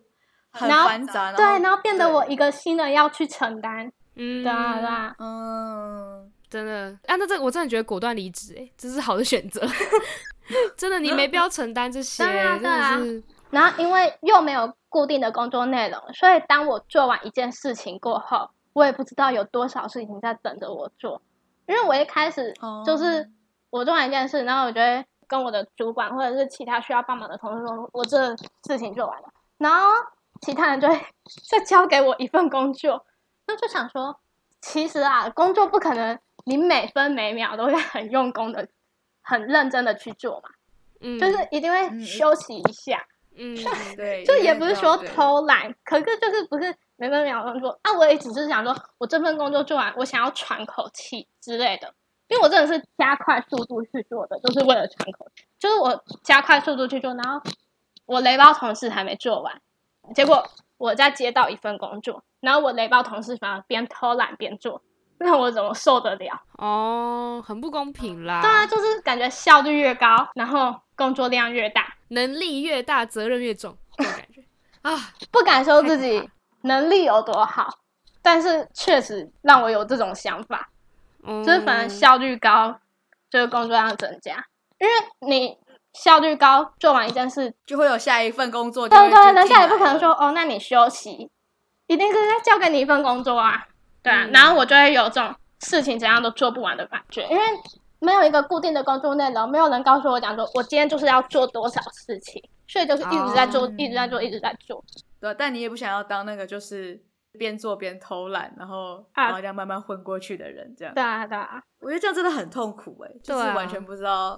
F: 很
E: 然后
F: 繁杂，
E: 对，然后变得
F: 对
E: 我一个新人要去承担，
C: 嗯，
E: 对啊对啊。
F: 嗯，
C: 真的啊，那这我真的觉得果断离欸 职，哎，这是好的选择。真的，你没必要承担这些，
E: 当然
C: 真
E: 当然
C: 的是。
E: 然后因为又没有固定的工作内容，所以当我做完一件事情过后，我也不知道有多少事情在等着我做。因为我一开始
C: 哦
F: 哦
E: 就是我做完一件事，然后我就会跟我的主管或者是其他需要帮忙的同事说，我这事情做完了，然后其他人就会再交给我一份工作。那就想说，其实啊，工作不可能你每分每秒都会很用功的、很认真的去做嘛，
C: 嗯，
E: 就是一定会休息一下。
C: 嗯，
B: 对，
E: 就也不是说
B: 对
E: 偷懒，可是就是不是每分每秒工作啊，我也只是想说，我这份工作做完，我想要喘口气之类的。因为我真的是加快速度去做的，就是为了喘口气，就是我加快速度去做，然后我雷包同事还没做完，结果我再接到一份工作，然后我雷包同事反而边偷懒边做，那我怎么受得了？
C: 哦，很不公平啦。
E: 对啊，就是感觉效率越高，然后工作量越大，
C: 能力越大，责任越重，这种感觉啊，
E: 不敢说
C: 太
E: 自
C: 可
E: 己能力有多好，但是确实让我有这种想法，
C: 嗯，
E: 就是反正效率高，就是工作量增加，因为你效率高做完一件事，
B: 就会有下一份工作就
E: 对
B: 会
E: 不
B: 进来
E: 对，
B: 了。
E: 人家也不可能说哦，那你休息，一定是在交给你一份工作啊，对
B: 嗯
E: 啊，然后我就会有这种事情怎样都做不完的感觉，因为没有一个固定的工作内容，没有人告诉我讲说我今天就是要做多少事情，所以就是一直在
B: 啊
E: 做，
D: 哦
E: 一直在做，一直在做，
B: 对啊，但你也不想要当那个就是边做边偷懒，然后
E: 啊
B: 然后这样慢慢混过去的人，这样。
E: 对啊，对啊。
B: 我觉得这样真的很痛苦哎、就
C: 对
B: 是
C: 啊
B: 完全不知道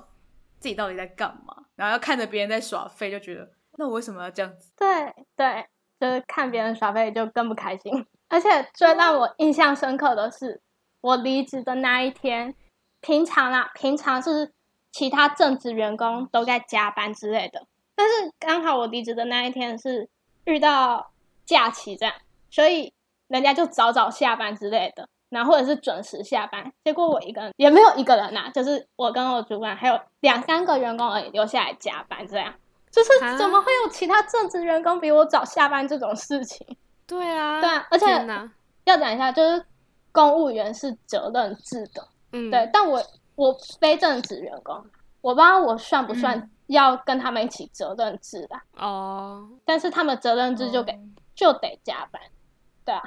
B: 自己到底在干嘛，然后要看着别人在耍废，就觉得那我为什么要这样子？
E: 对对，就是看别人耍废就更不开心。而且最让我印象深刻的是，我离职的那一天，平常啦，平常是其他正职员工都在加班之类的，但是刚好我离职的那一天是遇到假期这样，所以人家就早早下班之类的，然后或者是准时下班。结果我一个人也没有一个人呐、就是我跟我主管还有两三个员工而已留下来加班这样。就是
C: 啊
E: 怎么会有其他正职员工比我早下班这种事情？
C: 对啊，
E: 对啊而且
C: 天哪
E: 要讲一下，就是公务员是责任制的，
C: 嗯，
E: 对。但我我非正职员工，我不知道我算不
C: 嗯
E: 算要跟他们一起责任制啦。
C: 哦，
E: 但是他们责任制就给、就得加班，对啊。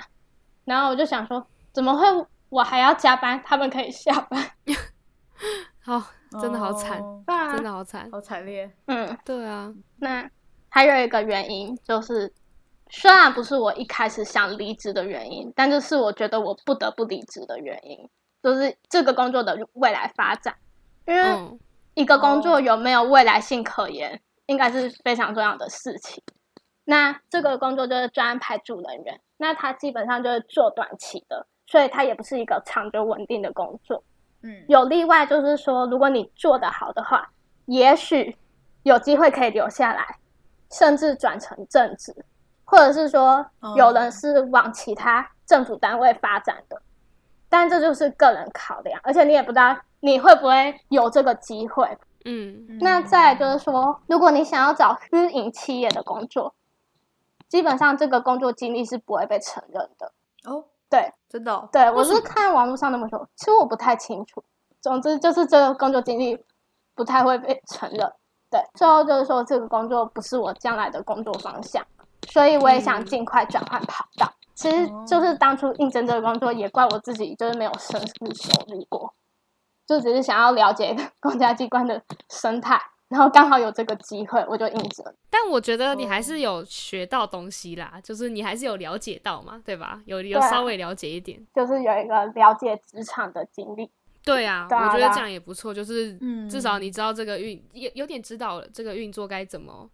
E: 然后我就想说，怎么会我还要加班？他们可以下班，
C: 好，哦真的好惨，
B: 哦
E: 对啊
C: 真，的好惨，
B: 好惨烈。
E: 嗯。
C: 对啊，
E: 那还有一个原因就是，虽然不是我一开始想离职的原因，但就是我觉得我不得不离职的原因，就是这个工作的未来发展。因为
C: 嗯，
E: 一个工作有没有未来性可言，应该是非常重要的事情。那这个工作就是专案派驻人员，那他基本上就是做短期的，所以它也不是一个长久稳定的工作。
B: 嗯，
E: 有例外，就是说，如果你做得好的话，也许有机会可以留下来，甚至转成正职，或者是说
B: 哦
E: 有人是往其他政府单位发展的，但这就是个人考量，而且你也不知道你会不会有这个机会。
C: 嗯，
E: 那再来就是说，如果你想要找私营企业的工作，基本上这个工作经历是不会被承认的。
B: 哦，
E: 对，
B: 真的、哦，
E: 对，我是看网络上那么说，其实我不太清楚。总之就是这个工作经历不太会被承认。对，最后就是说这个工作不是我将来的工作方向，所以我也想尽快转换跑道。其实就是当初应征这个工作，也怪我自己就是没有深思熟虑过，就只是想要了解 公家机关的生态，然后刚好有这个机会，我就应征。
C: 但我觉得你还
E: 啊
C: 是有学到东西啦，就是你还是有了解到嘛，对吧？有有
E: 对啊
C: 稍微了解一点，
E: 就是有一个了解职场的经历，
C: 对啊，
E: 对啊
C: 我觉
E: 对
C: 得
E: 啊
C: 这样也不错，就是至少你知道这个运有有点知道了这个运作该怎么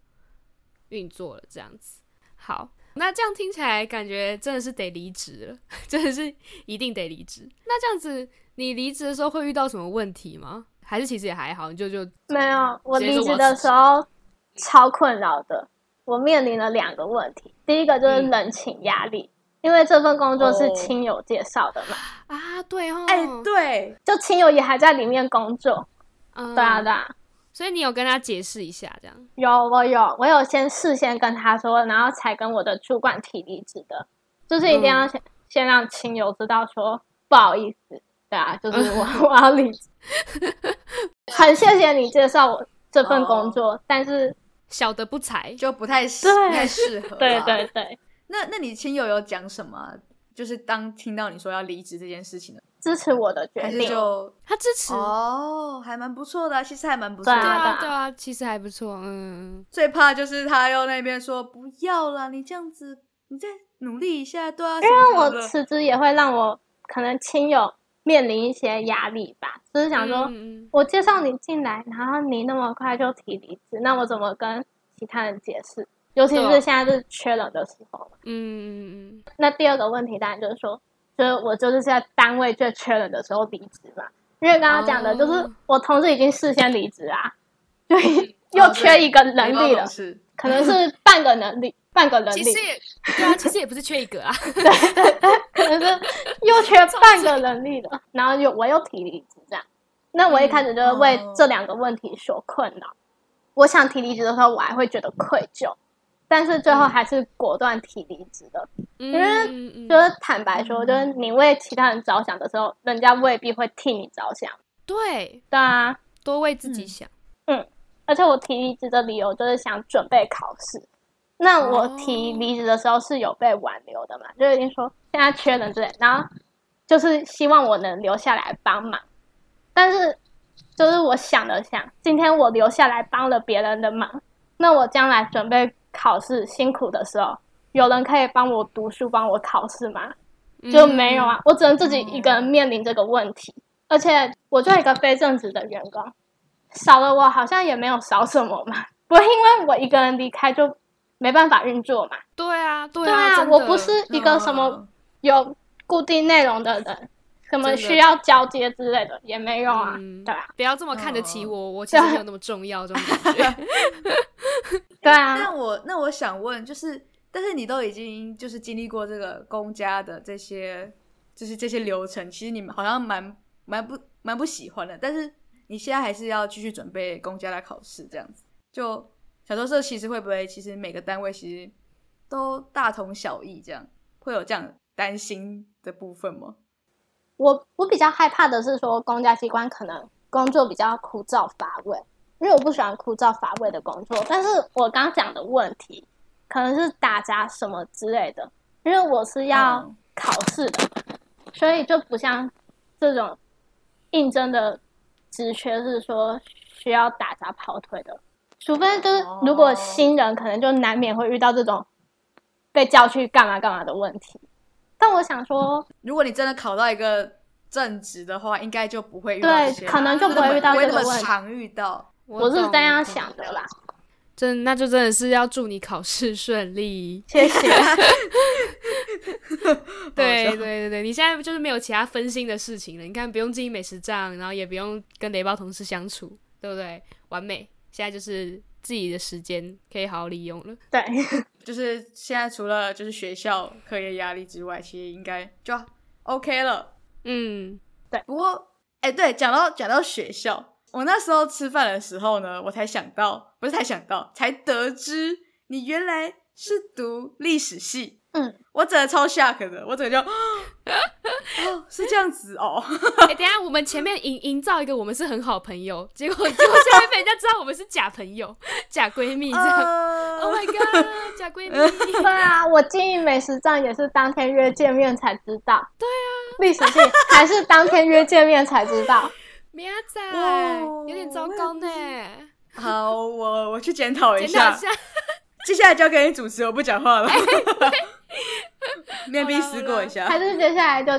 C: 运作了，这样子。好，那这样听起来感觉真的是得离职了， 真的是一定得离职。那这样子，你离职的时候会遇到什么问题吗？还是其实也还好，你就就
E: 没有，我
C: 直接
E: 离
C: 说我
E: 职
C: 要
E: 的
C: 辞
E: 时候超困扰的。我面临了两个问题，第一个就是
C: 嗯
E: 人情压力，因为这份工作是
B: 哦
E: 亲友介绍的嘛，
C: 啊，对哦，
B: 哎、对，
E: 就亲友也还在里面工作。
C: 嗯
E: 对啊，对啊，
C: 所以你有跟他解释一下这样，
E: 有我有我有先事先跟他说，然后才跟我的主管提离职的，就是一定
C: 嗯
E: 要先、先让亲友知道说不好意思，对啊，就是 我我要
C: 哦
E: 离职。很谢谢你介绍我这份工作，但是
C: 小的不才，
B: 就不太适，
E: 对
B: 不太适合。
C: 啊
E: 对对。对，
B: 那那你亲友有讲什么啊？就是当听到你说要离职这件事情呢，
E: 支持我的决
B: 还是
E: 定。
B: 就
C: 他支持，
B: 哦，还蛮不错的啊，其实还蛮不错
E: 对
C: 对
B: 的。
C: 啊
E: 吧
C: 对啊，其实还不错，嗯，
B: 最怕就是他又那边说不要啦，你这样子，你再努力一下，对啊。因
E: 但我辞职也会让我可能亲友面临一些压力吧，就是想说，
C: 嗯嗯
E: 我介绍你进来，然后你那么快就提离职，那我怎么跟其他人解释？尤其
C: 对哦
E: 是现在是缺人的时候嘛。
C: 嗯嗯嗯嗯，
E: 那第二个问题当然就是说，就是我就是在单位最缺人的时候离职嘛，因为刚刚讲的就是
C: 哦嗯
E: 我同事已经事先离职啊， 就已
C: 哦
E: 又缺一个能力了，
B: 是
E: 可能是半个能力，半个能
C: 其
E: 力，
C: 实也对啊，其实也不是缺一个啊，
E: 可能是又缺半个能力了，然后又我又提离职这样。那我一开始就是为这两个问题所困扰。我想提离职的时候，我还会觉得愧疚，但是最后还是果断提离职的。
C: 嗯
E: 为
C: 嗯嗯
E: 就是坦白说，就是你为其他人着想的时候，人家未必会替你着想。
C: 对，
E: 对啊，
C: 多为自己想，
E: 而且我提离职的理由就是想准备考试。那我提离职的时候是有被挽留的嘛？就已经说现在缺人之类，然后就是希望我能留下来帮忙。但是就是我想了想，今天我留下来帮了别人的忙，那我将来准备考试辛苦的时候，有人可以帮我读书、帮我考试吗？
C: 嗯
E: 就没有啊，我只能自己一个人面临这个问题。而且我做一个非正职的员工，少了我好像也没有少什么嘛。 不会因为我一个人离开就没办法运作嘛？
C: 对啊对
E: 对啊，
C: 真的
E: 我不是一个什
B: 嗯
E: 么有固定内容的人，什么需要交接之类的也没有啊，
C: 嗯
E: 对啊，
C: 不要这么看得起我，我其实没有那么重要，这种感 觉。
E: 对啊，
B: 那我那我想问，就是但是你都已经就是经历过这个公家的这些，就是这些流程，其实你们好像蛮蛮不蛮不喜欢的，但是你现在还是要继续准备公家的考试，这样子。就想说这其实会不会，其实每个单位其实都大同小异，这样会有这样担心的部分吗？
E: 我我比较害怕的是说，公家机关可能工作比较枯燥乏味，因为我不喜欢枯燥乏味的工作。但是我刚讲的问题，可能是打杂什么之类的，因为我是要
B: 嗯
E: 考试的，所以就不像这种应征的职缺是说需要打杂跑腿的，除非就是
C: 哦
E: 如果新人，可能就难免会遇到这种被叫去干嘛干嘛的问题。但我想说，
B: 如果你真的考到一个正职的话，应该就不会遇到这
E: 对，
B: 些
E: 可能就不会遇到
B: 不会
E: 这
B: 那
E: 个
B: 么
E: 问题。
B: 常遇到。
E: 我是
C: 懂
E: 这样，
C: 我
E: 想
C: 懂
E: 的啦，
C: 真那就真的是要祝你考试顺利。
E: 谢谢。
C: 对对对对，你现在就是没有其他分心的事情了，你看不用经营美食账，然后也不用跟雷暴同事相处，对不对？完美，现在就是自己的时间可以好好利用了。
E: 对，
B: 就是现在除了就是学校课业压力之外，其实应该就 OK 了。
C: 嗯，
B: 不过，哎、对，讲到讲到学校，我那时候吃饭的时候呢，我才想到，不是才想到，才得知你原来是读历史系。
E: 嗯，
B: 我整个超 shock 的，我整 个就， 哦，是这样子哦，
C: 哎、等一下我们前面营营造一个我们是很好朋友， 结果结果下面被人家知道我们是假朋友、 假闺蜜这样。
B: 呃
C: Oh my god，假闺蜜。
E: 对啊，我经营美食站也是当天约见面才知道。对啊，历史系还是当天约见面才知道。
C: 明仔
B: 哇
C: 有点糟糕呢，
B: 好，我我去检讨一
C: 检讨
B: 下
C: 一，下。
B: 接下来交给你主持，我不讲 话了，面壁
C: 好啦
B: 思
C: 好
B: 过
C: 啦
B: 一下
E: 还。是接下来就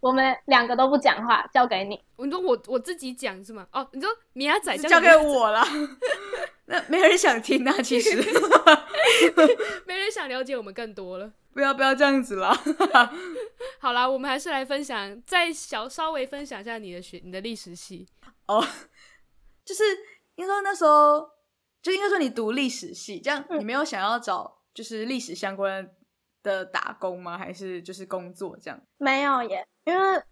E: 我们两个都不讲话，交给你。
C: 你说我我自己讲是吗？哦，你说米亚仔
B: 交给，我了。 那没人想听啊，其实
C: 没人想了解我们更多了。
B: 不要不要这样子啦。
C: 好啦，我们还是来分享，再小稍微分享一下你的学你的历史系。
B: 就是应该说那时候，就应该说你读历史系，这样
C: 嗯
B: 你没有想要找就是历史相关的打工吗？还是就是工作这样？
E: 没有耶，因为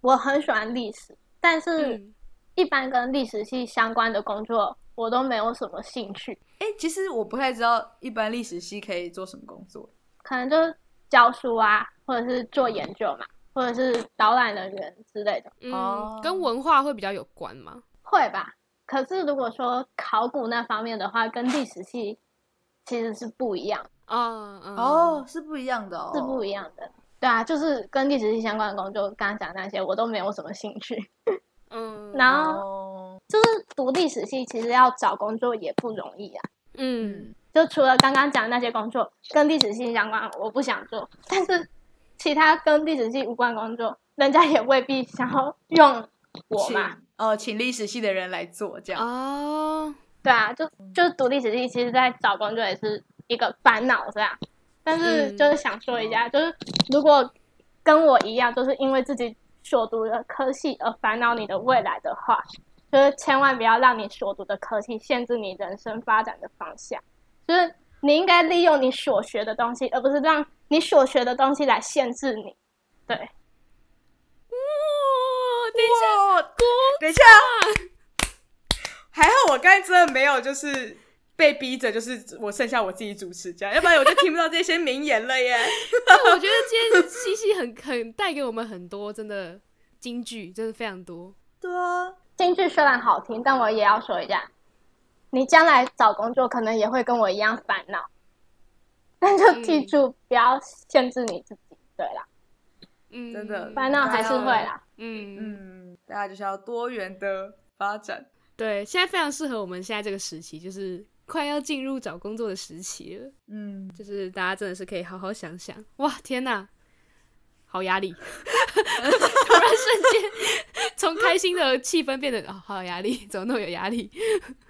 E: 我很喜欢历史，但是
C: 嗯，
E: 一般跟历史系相关的工作我都没有什么兴趣，
B: 哎、其实我不太知道一般历史系可以做什么工作。
E: 可能就是教书啊，或者是做研究嘛，或者是导览人员之类的，
C: 嗯
B: 哦
C: 跟文化会比较有关嘛？
E: 会吧？可是如果说考古那方面的话，跟历史系其实是不一样，
C: 嗯嗯，
F: 哦，是不一样的哦，
E: 是不一样的。对啊，就是跟历史系相关的工作，刚刚讲那些我都没有什么兴趣。
C: 嗯，
E: 然后
F: 哦，
E: 就是读历史系，其实要找工作也不容易啊。
C: 嗯
E: 就除了刚刚讲的那些工作跟历史系相关，我不想做，但是其他跟历史系无关的工作，人家也未必想要用我
B: 请
E: 嘛。
B: 呃，请历史系的人来做这样。
C: 哦，
E: 对啊，就就是读历史系，其实在找工作也是一个烦恼，这样。但是
C: 嗯
E: 就是想说一下，就是如果跟我一样，就是因为自己所读的科系而烦恼你的未来的话，就是千万不要让你所读的科系限制你人生发展的方向。就是你应该利用你所学的东西，而不是让你所学的东西来限制你。对，
C: 哦，等一下，
B: 哇，等一下，还好我刚才真的没有就是被逼着，就是我剩下我自己主持这样，要不然我就听不到这些名言了耶。
C: 但我觉得今天西西很很带给我们很多真的金句，真的非常多。
F: 对啊，
E: 京剧虽然好听，但我也要说一下，你将来找工作可能也会跟我一样烦恼， 但就记住不要限制你自己。对啦，
C: 嗯，
B: 真的
E: 烦恼还是会啦。
C: 嗯，
B: 嗯，大家就是要多元的发展。
C: 对，现在非常适合我们现在这个时期，就是快要进入找工作的时期了。
F: 嗯，
C: 就是大家真的是可以好好想想，哇，天哪，好压 力！突然瞬间从开心的气氛变得哦，好有压力，怎么那么有压力？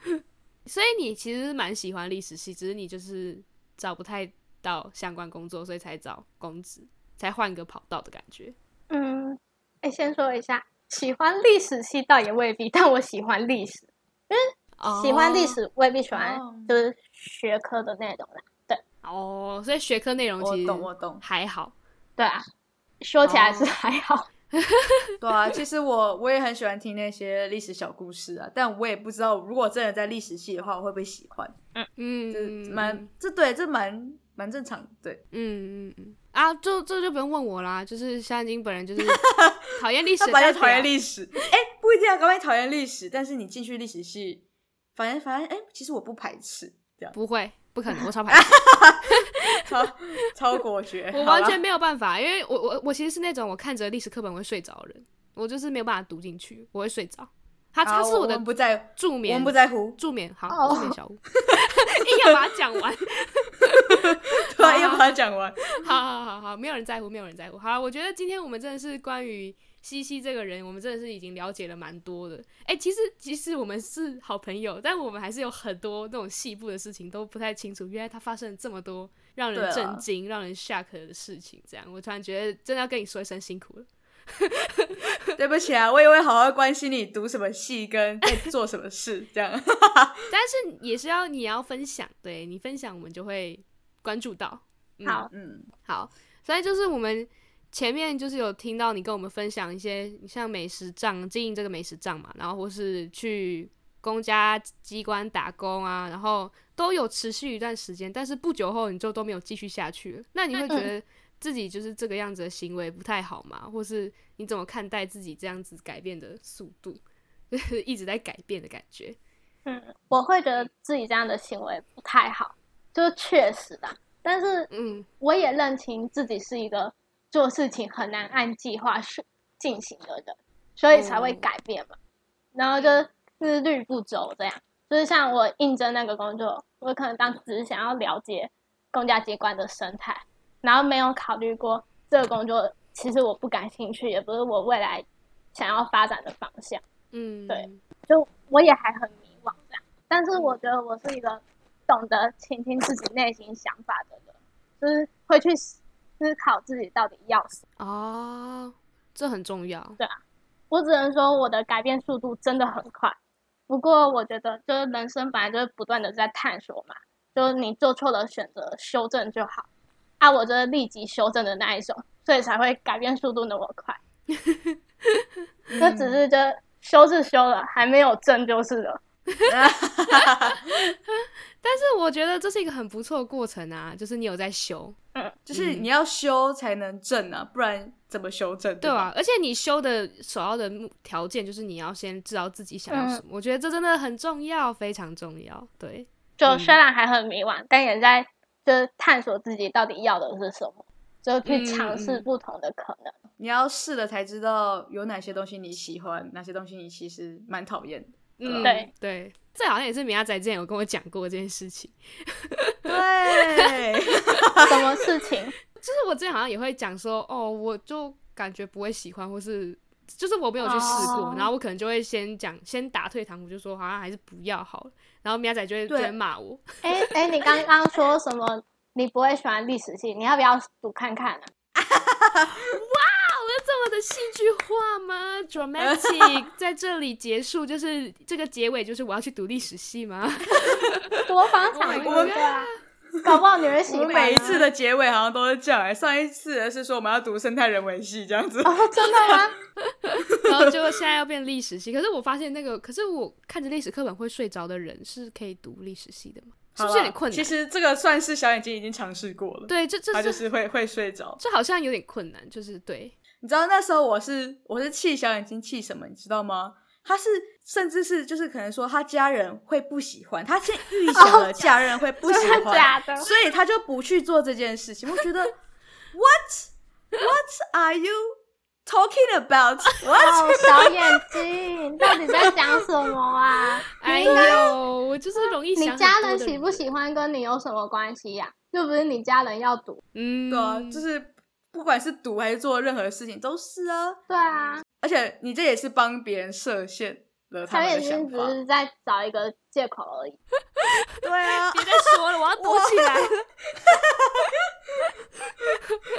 C: 所以你其实蛮喜欢历史系，只是你就是找不太到相关工作，所以才找公职，才换个跑道的感觉。
E: 嗯，哎，先说一下，喜欢历史系倒也未必， 但我喜欢历史，
C: 哦
E: 喜欢历史未必喜欢
F: 哦
E: 就是学科的那种啦。
C: 哦哦，所以学科内容
F: 我
C: 其实
F: 懂我懂，
C: 还好，
E: 对啊，说起来是还好。
F: 对啊，其实我我也很喜欢听那些历史小故事啊，但我也不知道如果真的在历史系的话，我会不会喜欢，这
C: 嗯，
F: 蛮这对这蛮蛮正常的，对，
C: 嗯嗯嗯啊，就这就不用问我啦，就是夏金本人就是讨厌历史啊
B: 他
C: 的
B: 本来
C: 代表，
B: 就讨厌历史，
F: 哎，不一定啊，搞不好你讨厌历史，但是你进去历史系，反正反正哎，其实我不排斥，这样
C: 不会，不可能，我超排斥，
B: 超超果决。
C: 我完全没有办法，因为我我我其实是那种我看着历史课本我会睡着的人，我就是没有办法读进去，我会睡着。
B: 啊
C: 他
F: 好
C: 他是
F: 我
C: 我的
F: 们不在乎，
C: 助
F: 我
C: 眠，
F: 们不在 乎，
C: 助眠，好，
E: 哦
C: 助眠小屋， 硬要把它讲完，
B: 对啊，要把它讲完。
C: 好好好好，没有人在乎，没有人在乎。好，我觉得今天我们真的是关于西西这个人，我们真的是已经了解了蛮多的。哎、其实其实我们是好朋友，但我们还是有很多那种细部的事情都不太清楚。原来他发生了这么多让
F: 对
C: 人
F: 啊
C: 震惊、让人 shock 的事情，这样我突然觉得真的要跟你说一声辛苦了。
B: 对不起啊，我也会好好关心你读什么系跟在做什么事这样。
C: 但是也是要你也要分享，对你分享我们就会关注到。 嗯、
E: 好
F: 嗯，
C: 好，所以就是我们前面就是有听到你跟我们分享一些像美食账经营这个美食账嘛，然后或是去公家机关打工啊，然后都有持续一段时间，但是不久后你就都没有继续下去了。那你会觉得自己就是这个样子的行为不太好吗？或是你怎么看待自己这样子改变的速度， 就是一直在改变的感觉？
E: 嗯，我会觉得自己这样的行为不太好，就是确实的。但是
C: 嗯
E: 我也认清自己是一个做事情很难按计划是进行的人，所以才会改变嘛。然后就是自律不周这样，就是像我应征那个工作，我可能当时只是想要了解公家机关的生态，然后没有考虑过这个工作其实我不感兴趣，也不是我未来想要发展的方向。
C: 嗯，
E: 对，就我也还很迷惘这样。但是我觉得我是一个懂得倾听自己内心想法的人，就是会去思考自己到底要什么。
C: 哦，这很重要。
E: 我只能说我的改变速度真的很快，不过我觉得就是人生本来就是不断的在探索嘛，就是你做错了选择修正就好。啊，我就是立即修正的那一种，所以才会改变速度那么快。那只是就修是修了，还没有正就是了。
C: 但是我觉得这是一个很不错的过程啊，就是你有在修，
B: 就是
C: 嗯
B: 你要修才能正啊，不然怎么修正？
C: 对啊
B: 吧？
C: 吧？而且你修的首要的目条件就是你要先知道自己想要什么，我觉得这真的很重要，非常重要。对，
B: 嗯
E: 就虽然还很迷惘，但也在就是探索自己到底要的是什么，就去尝试
C: 嗯嗯
E: 不同的可能。
B: 你要试了才知道有哪些东西你喜欢，哪些东西你其实蛮讨厌的。
C: 嗯，
E: 对
C: 对，这好像也是米亚仔之前有跟我讲过这件事情。
B: 对，
E: 什么事 情？
C: 就是我之前好像也会讲说，哦，我就感觉不会喜欢，或是就是我没有去试过
E: 哦
C: 然后我可能就会先讲，先打退堂鼓，就说好啊像还是不要好了。然后米亚仔就会就
B: 对
C: 会骂我，
E: 哎哎，你刚刚说什么？你不会喜欢历史系？你要不要读看看啊？
C: 这么的戏剧化 吗？dramatic 在这里结束，就是这个结尾，就是我要去读历史系吗？
E: 多方
C: Oh
E: 尝
C: my
E: 试 对啊，搞不好你会喜
B: 我
E: 欢啊、
B: 们每一次 的结尾好像都是这样、哎，上一次是说我们要读生态人文系这样 子，
E: 哦，真的吗？
C: 然后就现在要变历史系，可是我发现那个，可是我看着历史课本会睡着的人是可以读历史系的吗？是
B: 好啦
C: 不是有点困难？
B: 其实这个算是小眼睛已经尝试过了，
C: 对，这这
B: 他
C: 这
B: 就是会会睡着。
C: 这好像有点困难，就是对，
B: 你知道那时候我是我是气小眼睛气什么，你知道吗？他是甚至是就是可能说他家人会不喜欢，他先预想了家人会不喜
E: 哦真的
B: 欢，
E: 假的？
B: 所以他就不去做这件事情。我 觉得 what what are you talking about？What？
E: 哦，小眼睛，你到底在讲什 么啊？
C: 哎呦，我就是容易
E: 你
C: 想很
E: 家
C: 多
E: 人
C: 的
E: 喜不喜欢跟你有什么关系呀、又不是你家人要读。
C: 嗯，
B: 对啊，就是不管是读还是做任何事情都是啊，
E: 对啊，
B: 而且你这也是帮别人设限了他
E: 小
B: 们的
E: 眼
B: 想
E: 睛
B: 法
E: 只。是在找一个借口而已。
B: 对啊，
C: 别再说了，我要躲起来。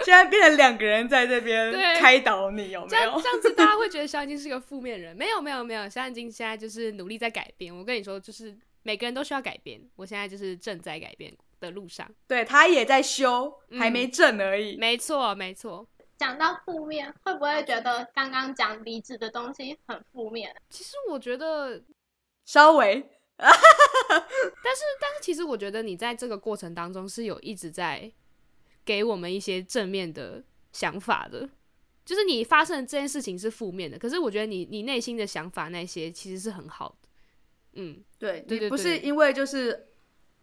B: 现在变成两个人在这边
C: 对
B: 开导你，有
C: 这
B: 没
C: 样
B: 有
C: 这？样子，大家会觉得小眼睛是个负面人。没有没有没有，小眼睛现在就是努力在改变。我跟你说，就是每个人都需要改变。我现在就是正在改变的路上。
B: 对他也在修，
C: 嗯
B: 还没正而已。
C: 没错没错，
E: 讲到负面，会不会觉得刚刚讲离职的东西很负面？
C: 其实我觉得
B: 稍微
C: 但是，但是，其实我觉得你在这个过程当中是有一直在给我们一些正面的想法的，就是你发生的这件事情是负面的，可是我觉得你你内心的想法那些其实是很好的，嗯，
B: 对
C: 对对
B: 你不
C: 对
B: 是因为就是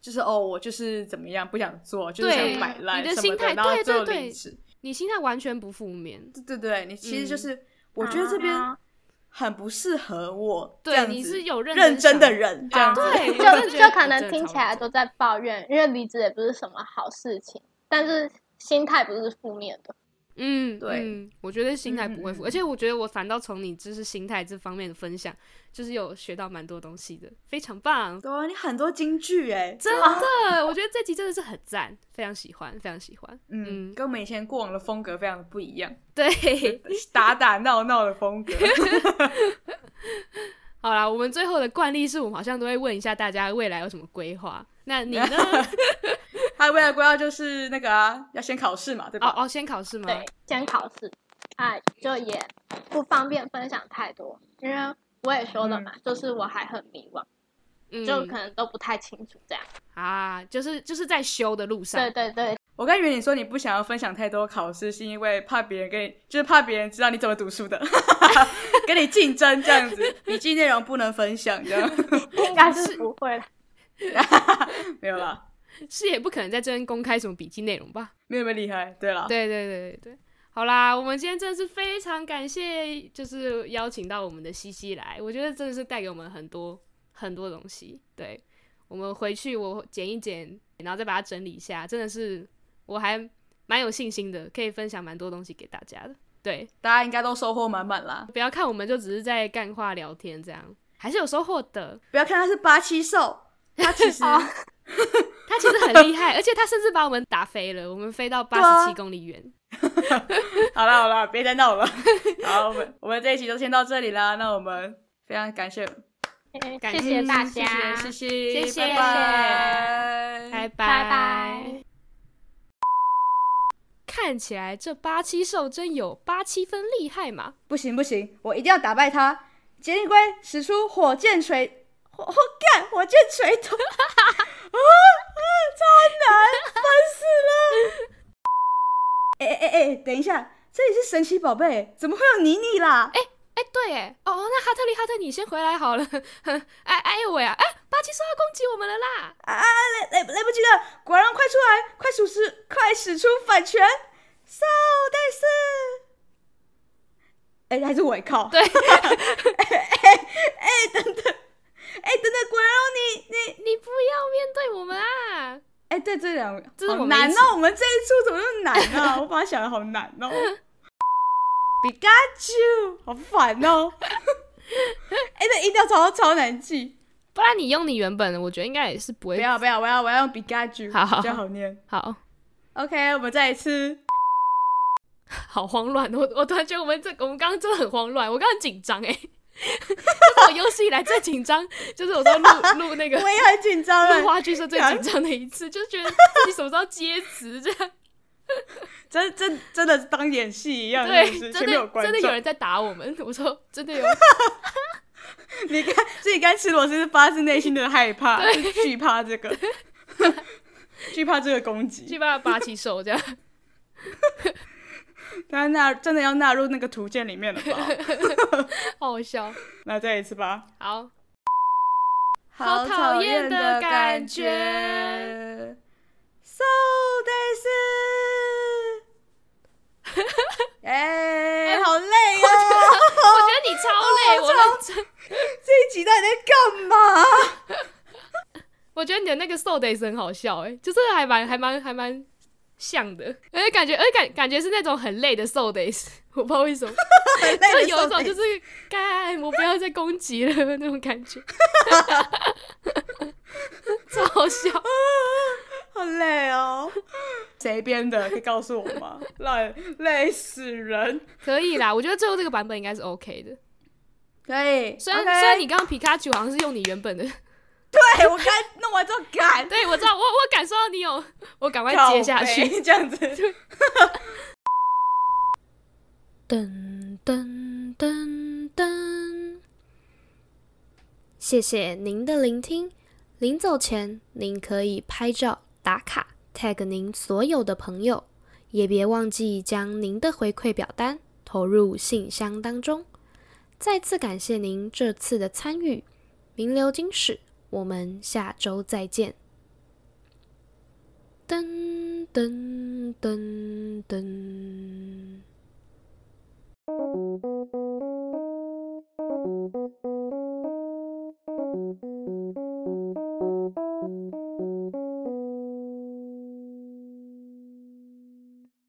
B: 就是哦，我就是怎么样不想做，就是
C: 对
B: 想摆烂
C: 你的
B: 什
C: 心
B: 么
C: 态
B: 然后
C: 对
B: 最后
C: 对对
B: 离职。
C: 你心态完全不负面，
B: 对对对，你其实
C: 嗯
B: 就是，我觉得这边
E: 啊
B: 很不适合我。
C: 对
B: 这样子
C: 你是有认
B: 认
C: 真想
B: 的人，这样子。
C: 对哎我真
E: 就
C: 的觉得
E: 就可
C: 你真的
E: 能听起
C: 超
E: 来
C: 级
E: 都在抱怨，因为离职也不是什么好事情，但是心态不是负面的。
C: 嗯，
B: 对
C: 嗯，我觉得心态不会负，
B: 嗯嗯嗯
C: 而且我觉得我反倒从你就是心态这方面的分享，就是有学到蛮多东西的，非常棒，
B: 对啊，你很多金句哎，
C: 真的，我觉得这集真的是很赞，非常喜欢，非常喜欢，
B: 嗯，跟我们以前过往的风格非常的不一样，
C: 对。
B: 打打闹闹的风 格。
C: 好啦，我们最后的惯例是我们好像都会问一下大家未来有什么规划。那你呢？
B: 他未来规划就是那个啊，要先考试嘛，对
C: 哦
B: 吧？
C: 哦，先考试吗？
E: 对，先考试，哎，就也不方便分享太多，因为我也说了嘛，就是我还很迷惘，
C: 嗯，
E: 就可能都不太清楚这样。
C: 啊，就是就是啊在修的路上
E: 对。对对，
B: 我刚以为你说你不想要分享太多考试，是因为怕别人跟你，就是怕别人知道你怎么读书的， 跟你竞争这样 子，笔记内容不能分享这 样，
E: 应该是不会了。
B: 没有啦，
C: 是也不可能在这边公开什么笔记内容吧？
B: 没有那么厉害，对啦，
C: 对对对对对。好啦，我们今天真的是非常感谢，就是邀请到我们的西西来，我觉得真的是带给我们很多很多东西。对我们回去我剪一剪，然后再把它整理一下，真的是我还蛮有信心的，可以分享蛮多东西给大家的。对，
B: 大家应该都收获满满啦。
C: 不要看我们就只是在干话聊天这样，还是有收获的。
B: 不要看他是八七瘦，他其 实
C: 他其实很厉 害，而且他甚至把我们打飞了，我们飞到八十
B: 啊
C: 七公里远。
E: 嗯
B: 好啦好啦，别再 闹了。好，我们我们这一期就先到这里啦。那我们非常感谢，嗯
C: 感
E: 哎谢谢大
C: 谢
E: 家，
B: 谢谢，
C: 谢谢
B: 拜拜，
E: 哎
C: 拜拜
E: 拜拜。
C: 看起来这八七兽真有八七分厉害嘛？
B: 不行不行，我一定要打败他！杰力龟使出火箭锤，我我干，我见锤头， 啊啊，超难，烦死 了！哎哎哎哎，等一下，这里是神奇宝贝，怎么会有妮妮啦？
C: 哎、对，哎，哦，那哈特利，哈特利，你先回来好了。 哼哎哎呦喂啊！哎，巴奇说要攻击我们了啦！
B: 啊啊，来来来不及了，果然快出来，快使出，快使出反拳，扫但是，哎、还是我靠，
C: 对
B: 哎哎哎，等等，哎、等等，果然哦你你，
C: 你不要面对我们啊！
B: 哎、对，这两个
C: 这是
B: 好
C: 我们
B: 难
C: 一起
B: 哦，我们这一出怎么那么难啊？我把它想的好难哦，皮卡丘，好烦哦，哎、那音调超超难记。
C: 不然你用你原本的，我觉得应该也是不会
B: 不要不要，我要我要用 Pikachu，
C: 好
B: 比较好念。
C: 好
B: OK，我们再一次，
C: 好慌乱。我我突然觉得我们这我们刚刚真的很慌乱，我刚刚很紧张哎，这是我有史以来最紧张，就是我在录录那个
B: 我也很紧张
C: 录
B: 哎，
C: 话剧时候最紧张的一次，就觉得自己什么时候接词这样。
B: 真真真的是当演戏一样，是不
C: 对，
B: 是
C: 真
B: 前面有
C: 的
B: 观
C: 真
B: 众
C: 的有，人在打我们， 我说 真的有，
B: 你看自己该吃螺丝是发自内心的害怕，就是惧怕这 个，惧怕这个攻
C: 去
B: 击，
C: 把他拔起手这样。
B: 他纳真的要纳入那个图鉴里面了 吧？
C: 好好笑。
B: 那再一次吧，
C: 好，
B: 好
C: 讨厌的
B: 的
C: 感觉
B: 觉。So this，哎、好累哦。
C: 我觉得你超累，我认真。
B: 这一集到底在干嘛？
C: 我觉得你的那个 so days 很好笑、欸，哎，就是还蛮还蛮还蛮像的，而且感觉而且感感觉是那种很累的 so days，我 不知道为什么，
B: 很累
C: 就
B: 的
C: 有一
B: 受
C: 种就
B: 累
C: 是干我不要再攻击了那种感觉， 超好笑。
B: 好累哦。谁编的？可以告诉我 吗？累累死人。
C: 可以啦，我觉得最后这个版本应该是 OK 的，
B: 可以，
C: 虽然
B: OK
C: 虽然你刚刚皮卡丘好像是用你原本的，
B: 对我刚弄完之后赶
C: 对我知道，我我感受到你有，我赶快
B: 靠
C: 接下去。
B: 背这样子。
A: 噔噔噔噔。谢谢您的聆听。临走前，您可以拍照打卡，tag 您所有的朋友，也别忘记将您的回馈表单投入信箱当中。再次感谢您这次的参与，名流金史，我们下周再见。噔噔噔噔。
G: Thank